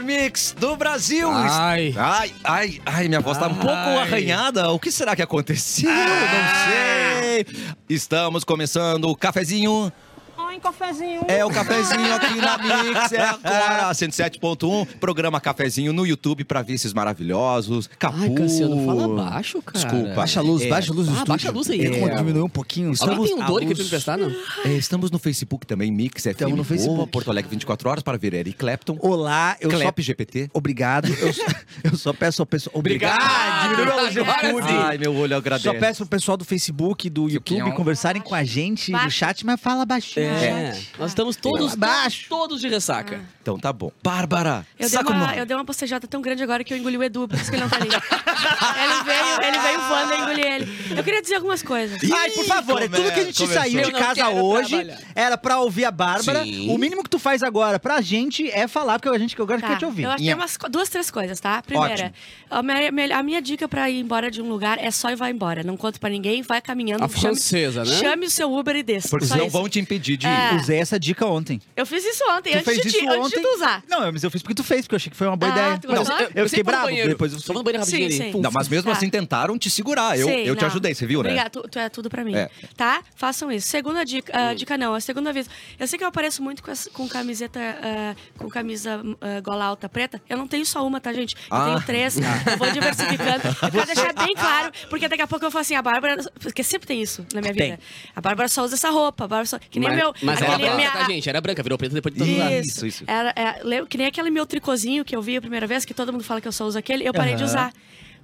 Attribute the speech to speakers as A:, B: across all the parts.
A: Fênix do Brasil.
B: Ai.
A: ai, ai, ai, minha voz tá um pouco
B: Ai.
A: arranhada. O que será que aconteceu? Não sei. Estamos começando o cafezinho.
C: Ai, cafezinho.
A: É o cafezinho aqui na Mix, é agora 107.1, programa Cafezinho no YouTube pra ver esses maravilhosos. Capu.
B: Ai, Cassiano, fala baixo, cara.
A: Desculpa.
D: Baixa a luz,
A: É.
D: baixa a luz do
B: Ah,
D: estúdio.
B: baixa a luz aí.
D: Tem como
B: É.
D: diminuir um pouquinho?
B: Alguém
D: Estamos-
B: tem um Doric
D: a luz-
B: aqui pra emprestar, não?
A: É, estamos no Facebook também, Mix FM
D: Estamos no
A: Boa,
D: Facebook.
A: Porto Alegre 24 horas para ver Eric Clapton.
D: Olá, eu
A: Clep
D: só...
A: GPT.
D: Obrigado. Eu, só- eu só peço ao pessoal... Obrigado.
A: Ah,
B: diminuiu a luz do
D: Agora
B: estúdio.
D: sim.
A: Ai, meu olho agradece.
D: Só peço ao pessoal do Facebook e do YouTube conversarem com a gente no chat, mas fala baixinho.
B: É. Nós estamos todos,
D: Baixo.
B: todos de
E: Ah.
B: ressaca.
A: Então tá bom. Bárbara,
E: Eu dei,
A: saca o
E: uma,
A: nome.
E: eu dei uma bocejada tão grande agora que eu engoli o Edu, por isso que ele não tá ali. ele veio, ele veio voando, eu engoli ele. Eu queria dizer algumas coisas.
D: Ai, por favor, é
A: Come-
D: tudo que a gente
A: começou.
D: saiu
B: Eu
D: de
B: não
D: casa
B: quero
D: hoje
B: trabalhar.
D: era pra ouvir a Bárbara.
B: Sim.
D: O mínimo que tu faz agora pra gente é falar, porque a gente que eu gosto
E: Tá,
D: quer te ouvir.
E: Eu acho que tem umas co- duas, três coisas, tá? Primeira, a minha, melhor- a minha dica pra ir embora de um lugar é só ir vai embora. Não conta pra ninguém, vai caminhando.
B: A francesa, né?
E: Chame o seu Uber e desça.
A: Porque
E: só
A: não
E: isso.
A: vão te impedir de ir.
E: É.
D: Usei essa dica ontem.
E: Eu fiz isso ontem,
D: tu
E: antes,
D: fez
E: de,
D: isso
E: ti-
D: ontem?
E: antes de tu usar.
D: Não, mas eu fiz porque tu fez, porque eu achei que foi uma boa
E: Ah,
D: ideia.
E: tu gostou?
D: Não, eu,
E: Eu
D: fiquei bravo. Depois eu
B: Só vou no banheiro rapidinho
E: Sim,
B: ali.
E: sim.
B: Pum.
A: Não, mas mesmo
E: Tá.
A: assim tentaram te segurar. Ah, Eu,
E: Sim,
A: eu te
E: não.
A: ajudei, você viu, né?
E: Obrigada, tu, tu é tudo pra mim.
A: É. Hum.
E: Tá? Façam isso. Segunda dica, ah, dica não, a segunda vez. Eu sei que eu apareço muito com, essa- com camiseta, ah, com camisa ah, gola alta preta. Eu não tenho só uma, tá, gente? Eu
A: Ah.
E: tenho três, eu vou diversificando. E pra deixar bem claro, porque daqui a pouco eu falo assim, a Bárbara... Porque sempre tem isso na minha vida.
B: Tem.
E: A Bárbara só usa essa roupa, a Bárbara só... Que nem
B: mas,
E: meu...
B: Mas era
E: aquele
B: branca,
E: minha-
B: tá, gente? Era branca, virou preta depois de tantos anos.
E: isso,
A: Isso, isso.
E: Era, é, lembra que nem aquele meu tricôzinho que eu vi a primeira vez, que todo mundo fala que eu só uso aquele, eu parei de
D: Aham.
E: usar.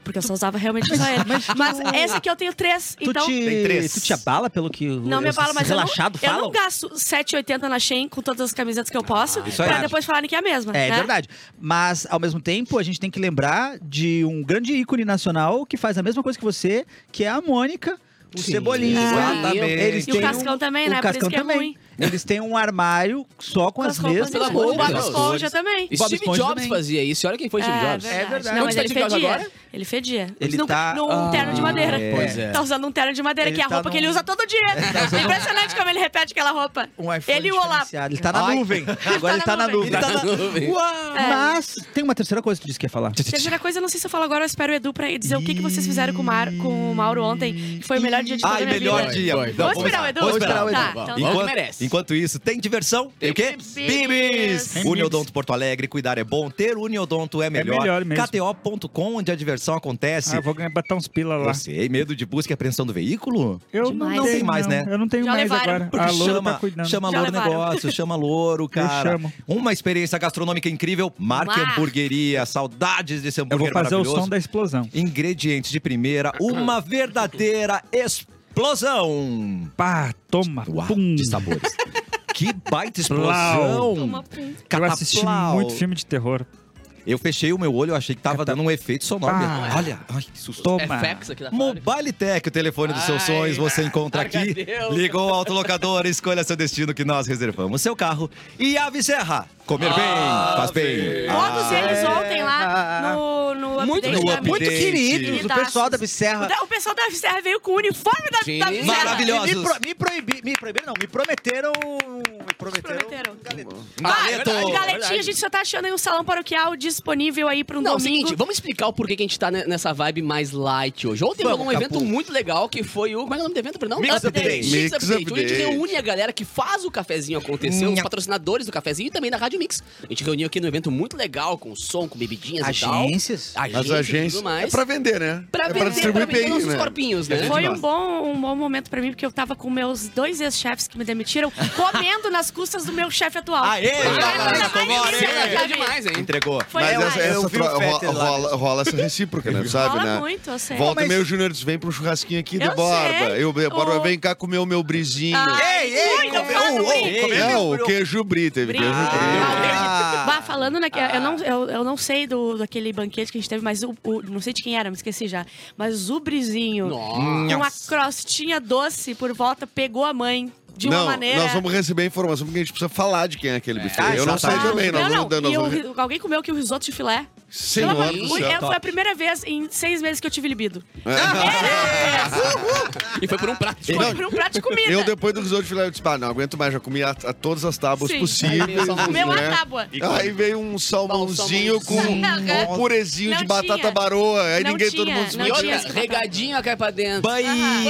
E: Porque eu só usava realmente só ele. Mas, esse aqui eu tenho três,
D: Tu,
E: então.
D: te,
A: Tem três.
D: tu te abala pelo que.
E: Não me abalo, mas
D: Relaxado,
E: eu não,
D: fala.
E: eu não gasto 7,80 na Shein com todas as camisetas que eu posso,
D: Ah,
A: isso é
E: pra
A: verdade.
E: depois falarem que é a mesma.
D: É
E: né?
D: verdade. Mas, ao mesmo tempo, a gente tem que lembrar de um grande ícone nacional que faz a mesma coisa que você, que é a Mônica, o
B: Sim,
D: Cebolinha.
A: exatamente.
D: Eles
E: E o
D: têm
E: Cascão também,
D: um o
E: né? Por isso
D: Cascão
E: que é
D: também.
E: ruim.
D: Eles têm um armário só com,
E: Com
D: as
E: as roupas
D: mesmas
E: mesmo.
B: Pelo amor
E: O
B: de
E: Bob
B: Deus.
E: Esponja também.
D: Bob
B: Steve
D: Esponja
B: Jobs
D: também.
B: fazia isso. E olha quem foi Steve Jobs.
E: É verdade.
D: verdade.
B: Onde
E: Não, mas
B: tá
E: ele
B: Steve Jobs
E: fedia.
B: agora?
E: Ele fedia.
D: Ele
E: num,
D: tá-
E: num
D: Ah,
E: terno de madeira.
D: pois é.
E: Tá usando um terno de madeira,
D: Ele
E: que é a
D: tá
E: roupa que ele
D: num- tá
E: usa todo dia. É impressionante como ele repete aquela roupa.
D: Um iPhone
E: ele e o Olaf.
D: diferenciado. Ele tá na
A: Ai.
D: nuvem. Agora ele tá na nuvem. É.
B: Ele tá na nuvem.
A: Uau!
D: Mas tem uma terceira coisa que tu disse que ia falar.
E: Terceira coisa, eu não sei se eu falo agora, eu espero o Edu pra dizer o que, que vocês fizeram com o, Mar- com o Mauro ontem, que foi o melhor dia de toda a
A: Ai,
E: minha
A: melhor
E: vida.
A: dia.
B: Foi, foi.
A: Não,
E: Vou esperar o Edu.
A: Vou esperar o Edu.
E: Tá,
B: Vamos.
E: então
B: Vamos.
A: Enquanto,
B: merece.
A: enquanto isso, tem diversão. Tem o quê?
E: Bibis.
A: Bibis!
E: Tem
A: Uniodonto Porto Alegre, cuidar é bom, ter Uniodonto é melhor.
F: melhor mesmo.
A: KTO.com, onde a diversão acontece.
F: Ah, vou ganhar, botar uns pila lá.
A: Você, medo de busca e apreensão do veículo?
F: Eu
E: Demais.
F: não
E: Não
F: tenho
A: tem mais, né?
F: Eu não tenho
E: Já
F: mais
E: levaram.
F: agora.
A: Porque
F: a Loura
A: chama,
F: tá cuidando.
A: chama
E: Já
A: louro
E: levaram.
A: negócio, chama louro, cara.
F: chamo.
A: Uma experiência gastronômica incrível, Marque
E: Mar.
A: Hamburgueria, saudades desse
F: Eu
A: hambúrguer
F: vou fazer o
A: maravilhoso.
F: som da explosão.
A: Ingredientes de primeira, uma verdadeira explosão.
F: Pá, toma,
A: Uau,
F: pum.
A: de sabores. que baita
F: Plau.
A: explosão.
E: Uma pum.
F: Eu
A: Cataplau.
F: assisti muito filme de terror.
A: Eu fechei o meu olho, eu achei que tava
F: Cata-
A: dando um efeito sonoro.
F: Ah.
A: Olha, ai, que susto.
B: É
F: Toma.
B: fax aqui da fábrica.
A: Mobile Tech, o telefone dos seus
B: Ai,
A: sonhos, você encontra
B: larga
A: aqui.
B: Deus.
A: Ligou o autolocador, escolha seu destino que nós reservamos seu carro. E Ave Serra, comer bem, faz bem.
E: Todos
A: Ah,
E: eles ontem lá no, no
B: Muito
E: um update
A: no
E: da-
A: update.
D: É. Muito queridos, o
E: Queridaços.
D: pessoal da Serra.
E: O pessoal da Serra veio com o uniforme da,
B: Sim.
E: da Serra.
A: Maravilhoso.
D: Me, pro, me, proibi, me proibiram, não, me prometeram. Me prometeram.
E: Prometeram.
A: Galeto.
B: Ah, é verdade.
E: Galetinha, a gente só tá achando aí um salão paroquial disponível aí pra um
B: Não, é o
E: domingo.
B: seguinte, vamos explicar o porquê que a gente tá ne- nessa vibe mais light hoje. Ontem
A: Vamos,
B: rolou um evento
A: Capu.
B: muito legal que foi o. Como é o nome do evento, Brunão?
A: Mix Update.
B: Mix
G: Mix
B: Update. Onde a gente
G: Update.
B: reúne a galera que faz o cafezinho acontecer, os
A: Nha.
B: patrocinadores do cafezinho e também da Rádio Mix. A gente reuniu aqui num evento muito legal, com som, com bebidinhas
D: Agências?
B: e tal.
G: As
B: e
G: agências.
B: tudo mais.
G: É pra vender, né?
B: Pra
G: é
B: vender,
G: pra distribuir
B: pra vender
G: bem,
B: nossos
G: né?
B: corpinhos, né?
E: Foi um bom, um bom momento pra mim, porque eu tava com meus dois ex-chefes que me demitiram, comendo nas custas do meu chefe atual.
A: Aê,
E: Foi a coisa mais
A: Tomore!
E: linda da
B: É
E: minha
B: demais, hein?
A: Entregou.
E: Foi
G: Mas
E: demais.
G: essa, essa
D: Eu vi o
G: tro- ro-
D: Fetter lá
G: rola, rola essa recíproca, né? Sabe,
E: um Rola
G: né?
E: muito, eu sei.
G: Volta
D: Mas-
G: e meio, o Júnior diz, vem pro churrasquinho aqui de
E: Eu
G: Borba.
E: sei.
G: Eu, Borba,
E: O- Ah.
G: vem cá comer o meu brisinho.
E: Ai,
D: Ei, ei,
E: ui, não
D: comeu,
E: fala do
D: ô,
E: brinco.
D: ei,
G: Não, é? o queijo brie teve.
E: Brinco.
G: Queijo brie.
D: Ah.
E: Bah, falando na, eu, não, eu, eu não sei do, daquele banquete que a gente teve, mas o, o- não sei de quem era, me esqueci já. Mas o brisinho
B: Nossa.
E: com a crostinha doce por volta pegou a mãe de uma
G: não,
E: maneira.
G: nós vamos receber a informação porque a gente precisa falar de quem é aquele buffet.
A: Ah,
G: eu não sei
A: exatamente.
G: também. Nós
E: não,
G: vamos,
E: não.
G: nós
E: E o
G: vamos...
E: ri- alguém comeu aqui o risoto de filé?
G: Senhor
E: Ela-
G: do
E: Ui,
G: céu.
E: é, foi a primeira vez em seis meses que eu tive libido.
B: E foi por um prato de
E: Foi por um prato de comida.
G: Eu, depois do risoto de filé, eu disse, ah, não aguento mais, já comi a, a todas as tábuas
E: Sim.
G: possíveis.
E: Comeu uma
G: né?
E: tábua.
G: Aí veio um salmãozinho
B: Bom,
G: com
E: salmãozinho.
G: um purezinho
E: Não
G: de batata
E: tinha.
G: baroa. Aí
E: Não
G: ninguém,
E: tinha,
G: todo mundo se
E: não
B: E
G: metia.
B: olha,
E: tinha.
B: regadinha cai pra dentro.
A: Bai,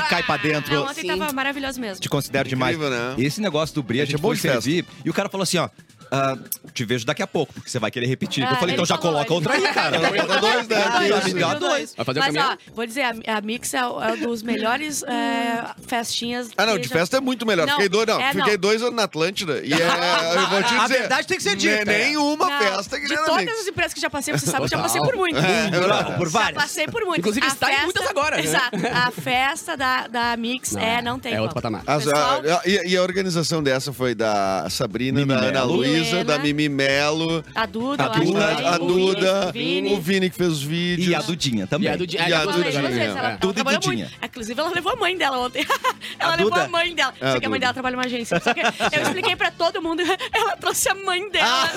A: cai pra dentro.
E: Não, ontem
B: Sim.
E: tava maravilhoso mesmo.
A: Te considero demais.
G: Incrível, né?
A: Esse negócio do Bri, a
G: Gente,
A: gente
G: é bom
A: foi
G: de festa.
A: servir e o cara falou assim, ó... "Ah, te vejo daqui a pouco, porque você vai querer repetir.
E: Ah,
A: eu falei,
E: ele
A: então já
E: falou,
A: coloca
E: ele
A: outra aí, cara.
G: Ela botou dois, né?
E: Dois,
A: Já
E: dois,
A: me dá
E: dois.
A: dois.
B: Vai fazer o
E: Mas,
B: caminhão?
E: ó, vou dizer, a, a Mix é, o- é um dos melhores é, festinhas.
G: Ah, não,
E: que
G: de
E: já-
G: festa é muito melhor.
E: Não,
G: fiquei dois, não,
E: é, não.
G: fiquei dois anos na Atlântida. E é, eu vou te dizer.
D: A verdade tem que ser dita.
G: nem- Nenhuma
E: Não,
G: é festa que
E: De
G: nem na
E: todas
G: Mix. É,
E: as empresas que já passei, você sabe que já
B: Total.
E: passei por muito.
G: né?
A: Por- Por
E: Já
A: várias.
E: passei por muito.
B: Inclusive,
E: A
B: está em
E: festa-
B: muitas agora, né?
E: Exato. A festa da, da Mix é, não tem.
B: É outro
E: igual.
B: patamar.
G: As-
E: Pessoal,
G: a- a- e, e a organização dessa foi da Sabrina,
A: Mimi
G: da Ana
A: Melo.
G: Luísa, da
E: Helena.
G: Mimi Melo,
E: A Duda,
A: A
E: eu acho
A: Duda,
E: também,
G: a
E: o
G: Duda,
E: Vini,
G: o Vini que fez os vídeos.
A: E a Dudinha também.
B: E a do Di-
G: E a
B: Ah,
E: Duda,
G: Duda
E: duas vezes,
G: Janeiro,
E: ela,
B: é.
E: ela
A: Duda e
E: trabalhou
A: Dudinha.
E: muito. Inclusive, ela levou a mãe dela ontem. ela
A: A
E: levou
A: Duda?
E: a Ah, mãe dela.
G: É, a
E: Só que a mãe
G: Duda.
E: dela trabalha numa agência. Só que eu expliquei pra todo mundo, ela trouxe a mãe dela.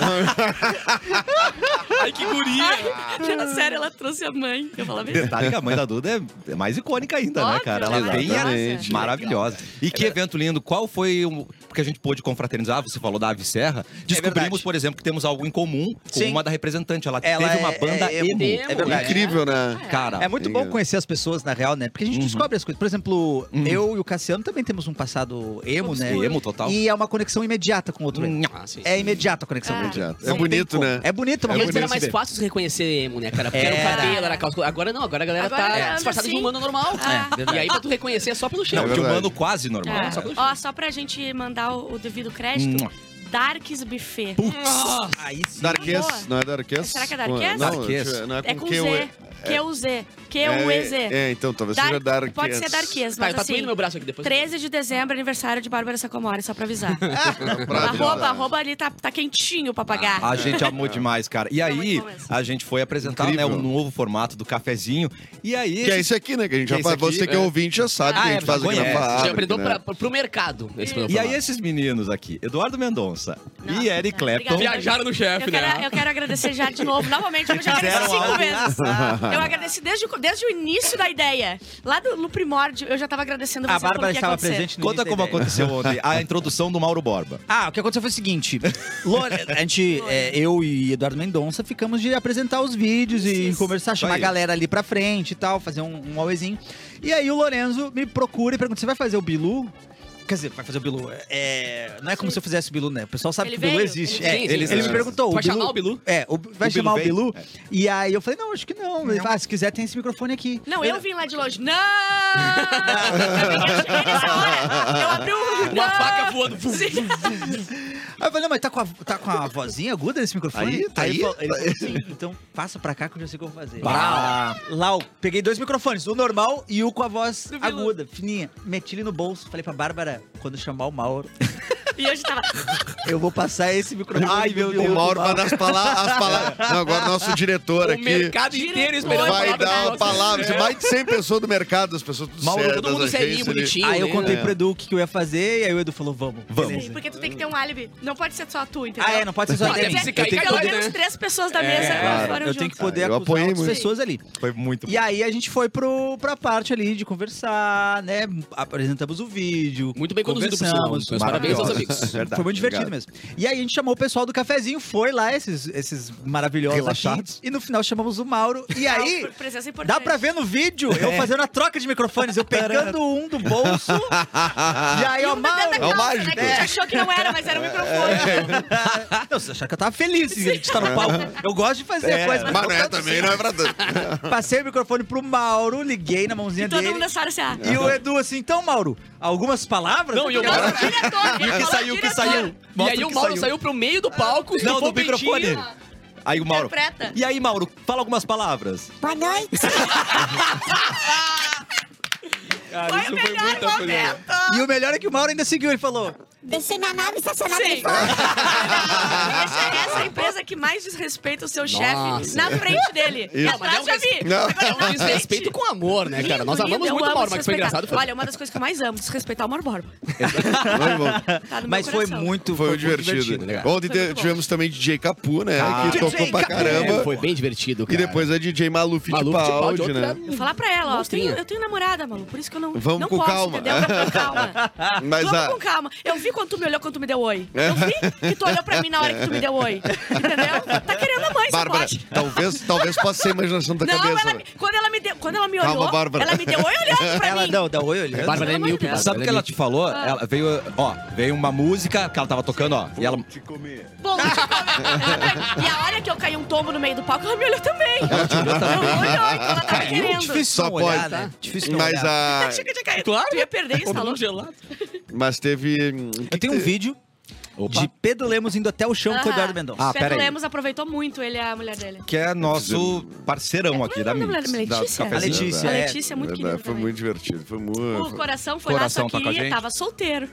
B: Ai, que guria!
E: Ah, Ai, sério, ela trouxe a mãe. Eu falava isso.
A: Detalhe que tá a mãe da Duda é- é mais icônica ainda, né,
E: Óbvio,
A: cara? Ela
E: ela é
A: vem e ela é
E: maravilhosa.
A: maravilhosa. E que evento lindo. Qual foi o... Porque a gente pôde confraternizar, você falou da Ave Serra. Descobrimos,
D: É verdade.
A: por exemplo, que temos algo em comum com
D: Sim.
A: uma da representante. Ela,
D: Ela
A: teve uma
D: é-
A: banda
D: é- é-
A: emo.
D: é verdade.
G: Incrível, né?
A: Cara,
D: É muito bom conhecer as pessoas, na real, né? Porque a gente descobre as coisas. Por exemplo, eu e o Cassiano também temos um passado emo, né?
A: Emo total.
D: E é uma conexão imediata com o outro. emo.
B: Ah, sim.
D: É imediata a conexão.
E: Ah.
D: com o outro.
G: Imediata. É
D: Não tem
G: bonito,
D: como.
G: né?
D: É bonito, uma
B: E antes
D: coisa
B: era mais fácil se reconhecer emo, né, cara? Porque era o
D: Era.
B: cabelo, era a calça. Agora não, agora a galera
E: Agora
B: tá
E: anda
B: disfarçada de um
E: assim.
B: humano normal.
E: Ah.
B: E aí pra tu reconhecer é só pelo
A: Não,
B: cheiro.
G: É
A: de
G: verdade.
A: humano quase normal.
E: É.
A: cara.
E: Ó, só pra gente mandar o, o devido crédito,
A: Mua.
E: Darks Buffet.
D: Aí sim.
G: Darkes,
E: Boa.
G: não é Darkes?
E: Será que é Darkes?
G: Não,
A: Darkes.
G: deixa eu- não é com,
E: É com É.
G: Q,
E: Z. um Q-U-Z. Q-U-E-Z.
G: É, é, então, talvez seja
E: Dar
G: Darkes.
E: pode ser Darkes,
B: Tá,
E: mas
B: eu tatuei
E: assim...
B: no meu braço aqui depois.
E: 13 de dezembro, aniversário de Bárbara Sacomori, só pra avisar. arroba, arroba ali, tá, tá quentinho pra pagar.
A: A gente
D: É.
A: amou demais, cara. E aí,
E: muito bom essa.
A: a gente foi apresentar né,
G: Incrível.
A: um novo formato do cafezinho. E aí.
G: Que é isso aqui, né? Que a gente
A: Que é
G: já faz.
A: isso aqui,
G: Você que
A: é.
G: é ouvinte já sabe o que
A: Ah,
G: a
A: é,
G: gente faz
A: já
G: aqui na
A: conhece. Já
B: Já
G: fábrica.
B: aprendeu
G: né?
B: pra, pro- pro mercado. Esse que eu
A: E
B: vou
A: aí,
B: falar.
A: esses meninos aqui, Eduardo Mendonça
E: Nossa,
A: e Eric
E: cara,
A: Clapton.
E: obrigada.
B: Viajaram no
E: Eu
B: chefe,
E: quero,
B: né?
E: eu quero agradecer já de novo, novamente, porque eu já agradeci
A: Fizeram
E: cinco
A: algo.
E: vezes. Eu agradeci desde, o- desde o início da ideia. Lá do- no primórdio, eu já tava agradecendo
D: A
E: você pelo
D: Bárbara
E: que ia
D: estava
E: acontecer.
D: presente no
A: Conta
D: início da
A: como
D: ideia.
A: aconteceu ontem a introdução do Mauro Borba.
D: Ah, o que aconteceu foi o seguinte. Lore- a gente, é, eu e Eduardo Mendonça ficamos de apresentar os vídeos e conversar, chamar a
A: aí.
D: galera ali pra frente e tal, fazer um, um auezinho. E aí o Lorenzo me procura e pergunta: você vai fazer o Bilu? Quer dizer, vai fazer o Bilu. É, não é como se eu fizesse o Bilu, né? O pessoal sabe
E: Ele
D: que o Bilu
E: veio,
D: existe.
E: ele
D: É,
B: veio.
D: ele,
B: Sim, sim,
D: ele
B: sim.
D: me perguntou.
B: Tu vai chamar o Bilu?
D: É, o- vai
A: O
D: chamar
A: Bilu
D: o Bilu.
A: veio?
D: E aí eu falei, não, acho que não. Ele, ah, se quiser, tem esse microfone aqui.
E: Não, eu vim lá de longe. Não! Eu cheguei nessa hora. Eu abri um.
B: Uma
E: não!
B: faca voando.
E: Sim.
D: Aí eu falei, não, mas tá com a, tá com a vozinha aguda nesse microfone?
A: Aí, tá aí.
D: ele falou- ele falou assim, então passa pra cá que eu já sei o que eu vou fazer.
A: Bah.
D: Lá, eu peguei dois microfones, o normal e o com a voz
E: Do vilão.
D: aguda, fininha. Meti ele no bolso, falei pra Bárbara, quando chamar o Mauro,
E: E hoje tava.
D: eu vou passar esse microfone.
A: Ai,
D: pro
A: meu
D: vilão
G: O
D: do
G: Mauro manda as palavras. As palavras. Não, agora nosso diretor
B: O
G: aqui
B: mercado inteiro esperando.
G: vai
E: Mauro
G: dar uma
E: Borba.
G: palavra. Mais de 100 pessoas do mercado, as pessoas tudo
A: Mauro,
G: certas,
B: Todo mundo
G: as
B: serinho,
G: agências ali.
B: bonitinho.
D: Aí eu
B: né?
D: contei
G: É.
D: pro Edu o que que eu ia fazer, e aí o Edu falou, vamos.
A: Vamos.
D: beleza.
E: Porque tu tem que ter um álibi. Não pode ser só tu, entendeu?
D: Ah, é, não pode ser só
E: Não,
B: Até
D: até mim.
E: deve
B: se
E: ser
D: Eu
E: que
B: cair,
D: tenho que
B: cai
E: pelo
B: doido,
D: poder,
E: menos
B: né?
E: três pessoas da mesa
G: claro.
E: foram
D: eu
E: juntas.
D: tenho que poder
G: Eu
D: acusar
G: apoiei
D: outras
G: muito.
D: pessoas ali.
A: Foi muito
D: E aí a gente foi pro, pra parte ali de conversar, né? Apresentamos o vídeo.
B: Muito bem conduzido, por sinal.
D: conversamos,
B: Meus parabéns aos amigos.
A: Verdade.
D: Foi muito divertido
A: Obrigado.
D: mesmo. E aí a gente chamou o pessoal do cafezinho, foi lá, esses, esses maravilhosos
A: Relaxados.
D: aqui, e no final chamamos o Mauro. E aí.
E: Não, presença importante.
D: Dá pra ver no vídeo eu fazendo a troca de microfones, eu pegando um do bolso. e aí,
E: E
D: ó, É.
E: uma
D: Mauro.
E: dentro da
G: É o
E: calça,
G: mágico.
E: Né, que a gente achou que não era, mas era o microfone.
D: Não, vocês acharam que eu tava feliz de estar no palco. Eu gosto de fazer a coisa, mas,
G: Mas não é
D: eu tô-
G: também, não é pra tanto.
D: Passei o microfone pro Mauro, liguei na mãozinha
E: E todo
D: dele.
E: mundo nessa hora assim, ah.
D: E o Edu assim, então, Mauro, algumas palavras?
B: Não, e o
E: Não,
B: Mauro-
E: o diretor, ele
A: E o que
E: falou
A: saiu, o que
E: Ah. diretor.
A: saiu?
B: E
A: Mostra
B: aí o
A: que
B: Mauro
A: saiu.
B: saiu pro meio do palco,
A: Não,
B: estufou
A: do
B: o peitinho.
A: microfone. Aí o Mauro.
E: Interpreta.
A: E aí, Mauro, fala algumas palavras.
C: Boa noite.
E: Foi o melhor momento.
D: E o melhor é que o Mauro ainda seguiu, ele falou:
C: Deixei minha nave estacionada
E: Sim.
C: de fora.
E: essa, essa é a empresa que mais desrespeita o seu chefe na frente dele. E
B: Não, mas é
E: atrás
B: um
E: já
B: res-
E: vi.
G: Não.
E: Agora,
B: É um desrespeito com amor, né, cara? Nós
E: Lindo,
B: amamos
E: lindo,
B: muito o
E: eu amo
B: Mauro, mas o que foi
E: desrespeitar.
B: engraçado foi...
E: Olha, uma das coisas que eu mais amo, desrespeitar o Mauro Borba.
G: Vamos, vamos.
E: Tá no meu
D: Mas foi
E: coração.
D: muito
G: é Foi um
D: muito
G: divertido.
B: legal.
G: Ontem
E: Foi muito bom.
G: tivemos também DJ Capu, né?
A: Ah.
G: que tocou pra
B: É,
G: caramba.
B: foi bem divertido,
G: e
B: cara.
G: depois a DJ Maluf,
B: Maluco
E: tipo,
B: de pau de
G: de Paldi,
B: outro
G: né?
B: lado.
E: Eu falar pra ela, ó, eu tenho,
B: Monstrinha.
E: eu tenho namorada, Malu, por isso que eu não,
G: Vamos
E: não
G: com
E: posso,
G: calma.
E: entendeu? Vamos com calma.
G: Mas ah.
E: Vamos
G: a-
E: com calma. Eu vi quando tu me olhou, quando tu me deu oi. Eu vi que tu olhou pra mim na hora que tu me deu oi. Entendeu? Tá querendo a mãe, você
G: Bárbara,
E: pode.
G: talvez, talvez possa ser a imaginação da
E: Não,
G: cabeça.
E: ela
G: né?
E: me- quando, ela me deu, quando ela me
G: Calma,
E: olhou,
G: Bárbara.
E: ela me deu oi olhando pra
D: Ela
E: mim.
D: não, dá um oi olhando.
B: Bárbara é
E: Pelo amor de
B: míope,
E: Deus.
B: Bárbara
A: Sabe o
B: é
A: que ela
B: míope.
A: te falou?
E: Ah.
A: Ela veio, ó, veio uma música que ela tava tocando, ó. E ela.
E: Bom, tipo, e a hora que eu caí um tombo no meio do palco, ela me olhou também. Ela te olhou também. Oi, oi, então ela tava querendo.
D: Difícil
G: Tá, tipo, Só
D: não olhar,
G: pode.
D: né? Difícil não
G: Mas,
D: olhar.
G: a,
E: Achei que eu tinha caído. Claro. Tu ia perder isso, tá louco?
B: gelado.
G: mas teve. hum, que
E: É
D: Eu tenho um
G: que te-
D: vídeo
A: Opa.
D: de Pedro Lemos indo até o chão um com o
E: Aham.
D: Eduardo Mendonça.
A: Ah,
E: Pedro
A: peraí.
E: Lemos aproveitou muito ele e a mulher dele.
A: Que é nosso parceirão aqui da
E: Como é o nome
A: Mix.
E: dela?
A: da- do
E: Letícia?
A: cafezinho,
D: A Letícia.
E: A
A: né?
D: É,
E: Letícia é muito
G: Verdade,
E: querida
G: Foi
E: também.
G: muito divertido. Foi
E: O
G: muito.
E: coração foi
A: Coração
E: lá,
A: tá
E: só
A: com a
E: que
A: gente?
E: tava solteiro.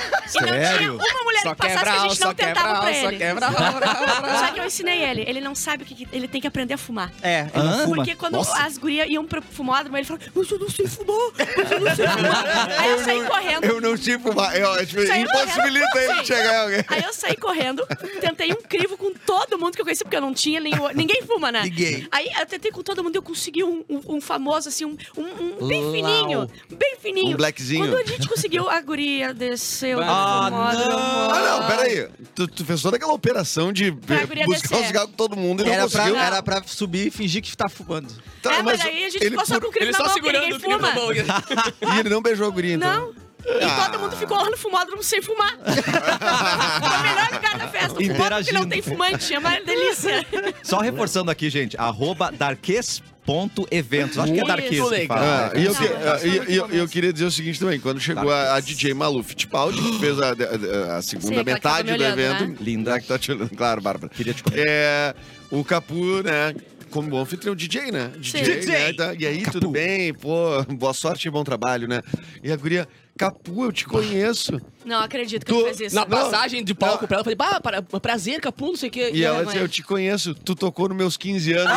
E: E
A: Sério?
E: não tinha uma mulher
B: Só
E: que passasse que
B: quebra
E: a
B: a
E: gente não
B: só quebra
E: tentava pra
B: a só
E: ele.
B: quebra a
E: Só que eu ensinei ele. Ele não sabe o que, que- ele tem que aprender a fumar.
D: É, ele não fuma.
E: Porque quando as gurias iam pro fumódromo, ele falou, mas eu não sei fumar, mas eu não sei fumar. Aí eu saí correndo.
G: Eu não tive uma. Eu, eu,
E: Saiu
G: impossibilita
E: correndo.
G: ele de chegar em alguém.
E: Aí eu saí correndo, tentei um crivo com todo mundo que eu conheci, porque eu não tinha nenhum. Ninguém fuma, né?
D: Ninguém.
E: Aí eu tentei com todo mundo e eu consegui um, um- um famoso, assim, um, um- um bem fininho. Bem fininho.
G: Um blackzinho.
E: Quando a gente conseguiu, a guria desceu do
A: Ah,
E: fumódromo.
G: Ah, não, peraí. Tu, tu fez toda aquela operação de
E: Pra guria
G: buscar
E: descer.
G: os cigarros com todo mundo e
D: Era
G: não
D: pra,
G: conseguiu.
D: era pra subir e fingir que tá fumando.
G: Tá,
E: é, mas aí a gente
G: ele
E: ficou só
G: por-
E: com o crivo
B: Ele
E: na
B: só
E: mão, porque
B: segurando
E: ninguém
B: o crime
E: fuma.
B: na mão.
G: E ele não beijou a guria, então.
E: Não. E todo mundo ficou lá no fumódromo sem fumar. Foi o melhor lugar da festa. Um pouco que
A: Interagindo.
E: não tem fumante. É uma delícia.
A: Só reforçando aqui, gente, arroba darques.eventos. Acho que é
B: Muito
A: darques que
B: legal.
A: fala.
G: Ah, e eu,
E: Não,
G: que-
E: eu gosto
G: ah, e-
E: muito
G: e-
E: do
G: eu- eu queria dizer o seguinte também, quando chegou a, a DJ Malu Fittipaldi, que fez a, a- a segunda
E: Sim, aquela que tava
G: metade
E: me
G: do
E: olhando,
G: evento.
E: né?
A: Linda.
G: Ah, que tá te olhando, claro, Bárbara.
A: Queria te conhecer.
G: É, o Capu, né? Como bom anfitrião, DJ, né? DJ,
E: Sim.
G: né? Tá, E aí, tudo bem? Pô, boa sorte e bom trabalho, né? E a guria, Capu, eu te conheço.
E: Não acredito que
G: Tu-
E: tu fez isso.
B: Na
G: Não.
B: passagem de palco pra ela, eu falei, bah, pra- prazer, Capu, não sei o quê.
G: E ela
E: mãe?
G: disse, eu te conheço, tu tocou nos meus 15 anos.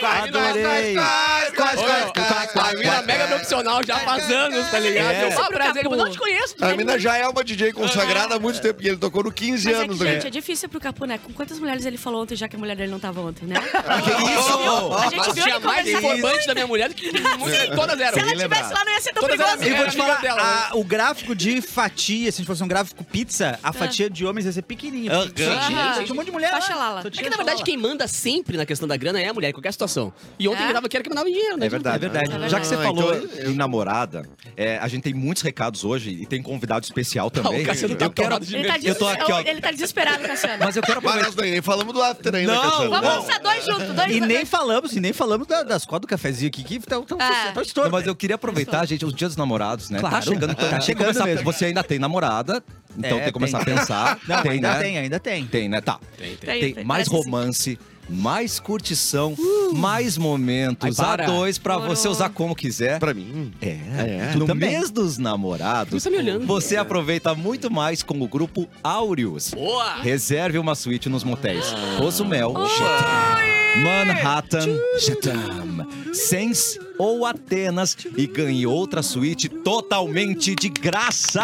B: Vai,
D: Adorei.
G: Quase, quase,
B: Olha, A mina mega profissional já faz anos, tá ligado?
A: É.
B: Eu só prazer,
E: Capu.
B: eu não te conheço.
G: A mina já é uma DJ consagrada há muito tempo, e ele tocou no 15
E: Mas é né? que,
G: anos. né?
E: gente, é difícil pro Capu, né? Com quantas mulheres ele falou ontem, já que a mulher dele não tava ontem, né?
B: Nossa,
E: A gente viu
B: tinha mais
E: ele conversar com
B: informante da minha mulher do que muito- todas
E: Se
B: eram.
E: ela tivesse lá, não ia ser tão
B: Todas eram
E: perigoso.
D: Eu vou
B: Era
D: te
B: amiga
D: falar,
B: dela,
D: É, a- o gráfico de fatia, se a gente fosse um gráfico pizza, a fatia de homens ia ser pequenininha.
A: Aham.
D: Só tinha- só tinha um monte de mulher.
E: Faixa lala.
D: Só
B: É
D: tinha
B: que, na
D: só
B: verdade,
D: lala.
B: quem manda sempre na questão da grana é a mulher, em qualquer situação. E ontem
E: É?
B: quem dava que era que mandava em dinheiro, né?
A: É verdade.
D: É verdade.
A: Já que você
G: Ah,
A: falou
G: então
A: em namorada, é, a gente tem muitos recados hoje e tem convidado especial
B: Ah,
A: também.
B: o Cassiano tá
A: eu quero...
B: acabado de
E: Ele tá,
B: medo.
A: Eu tô aqui, ó.
E: ele tá desesperado, Cassiano.
A: Mas eu quero
G: Mas
A: aproveitar.
G: nós nem falamos do after ainda,
A: Não,
G: Cassiano.
E: Vamos lançar dois juntos, dois
D: E nem falamos, e nem falamos da- das quadras do cafezinho aqui, que estão
E: Ah.
A: Não,
D: né?
A: mas eu queria aproveitar, gente, os dias dos namorados, né? Tá
D: Claro.
A: chegando, então
D: Tá
A: tem que
D: chegando
A: começar-
D: mesmo.
A: Você ainda tem namorada, então
D: É,
A: tem que começar
D: tem.
A: a pensar.
D: Não,
A: tem,
D: ainda
A: né?
D: tem, ainda tem.
A: Tem, né? Tá.
B: Tem, tem.
E: Tem,
A: Tem,
E: tem.
A: mais
E: Parece sim.
A: romance, mais curtição, mais momentos.
B: Ai,
A: a
B: para.
A: dois pra
E: Morou.
A: você usar como quiser.
G: Pra mim.
A: É,
G: É,
A: no
D: também.
A: mês dos namorados,
B: Você me olhando.
A: você aproveita muito mais com o grupo Áureos.
B: Boa!
A: Reserve uma suíte nos motéis Poço Mel, Manhattan, Chatham, Sens ou Atenas e ganhe outra suíte totalmente de graça.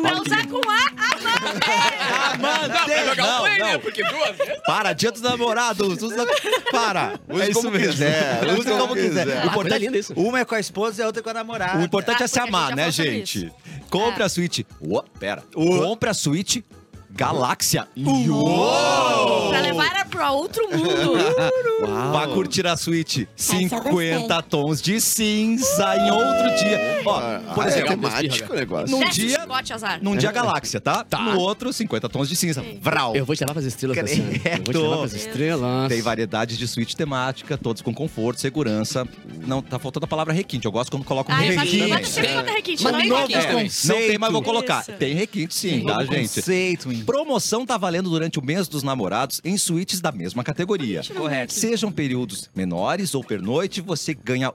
E: Pra usar com A,
B: Não, pra jogar
A: Não,
B: um play, né?
A: não.
B: Porque duas vezes.
A: Para, dia dos namorados. usa- Para.
G: Use
A: é isso
G: como
A: mesmo.
G: quiser,
A: É, Use como quiser. O
B: Ah, coisa
A: importante,
B: linda isso.
D: Uma é com a esposa e a outra é com a namorada.
A: o importante
E: Ah,
A: é se
E: porque a gente Ah.
A: amar,
E: já
A: né,
E: falou sobre
A: gente? Compre a suíte. Uou, pera. Compre a suíte Galáxia.
E: A, pra levar ela pra outro mundo.
A: Vá curtir a suíte
C: eu gostei.
A: 50 tons de cinza em outro dia. Ó, por
G: ah,
A: exemplo,
G: é temático o negócio.
A: num
E: Desce o
A: dia-
E: chicote, azar.
A: num dia Galáxia, tá? No outro, 50 tons de cinza. Vral.
B: Eu vou te levar pras estrelas, Cassiano. Eu vou te levar pras
A: Credo.
B: estrelas.
A: Tem variedades de suíte temática, todos com conforto, segurança. Não, tá faltando a palavra requinte. Eu gosto quando colocam um
E: Ah, eu
A: requinte.
E: imagino. Bota
A: também.
E: sempre bota requinte.
B: Mas
E: não
B: tem
E: tem
B: requinte
E: requinte.
A: É, não tem, mas vou
E: Conceito.
A: colocar.
E: Isso.
A: Tem requinte sim, tá, gente?
D: Conceito, hein?
A: Promoção tá valendo durante o mês dos namorados em suítes da mesma categoria.
E: Correto.
A: Sejam períodos menores ou pernoite, você ganha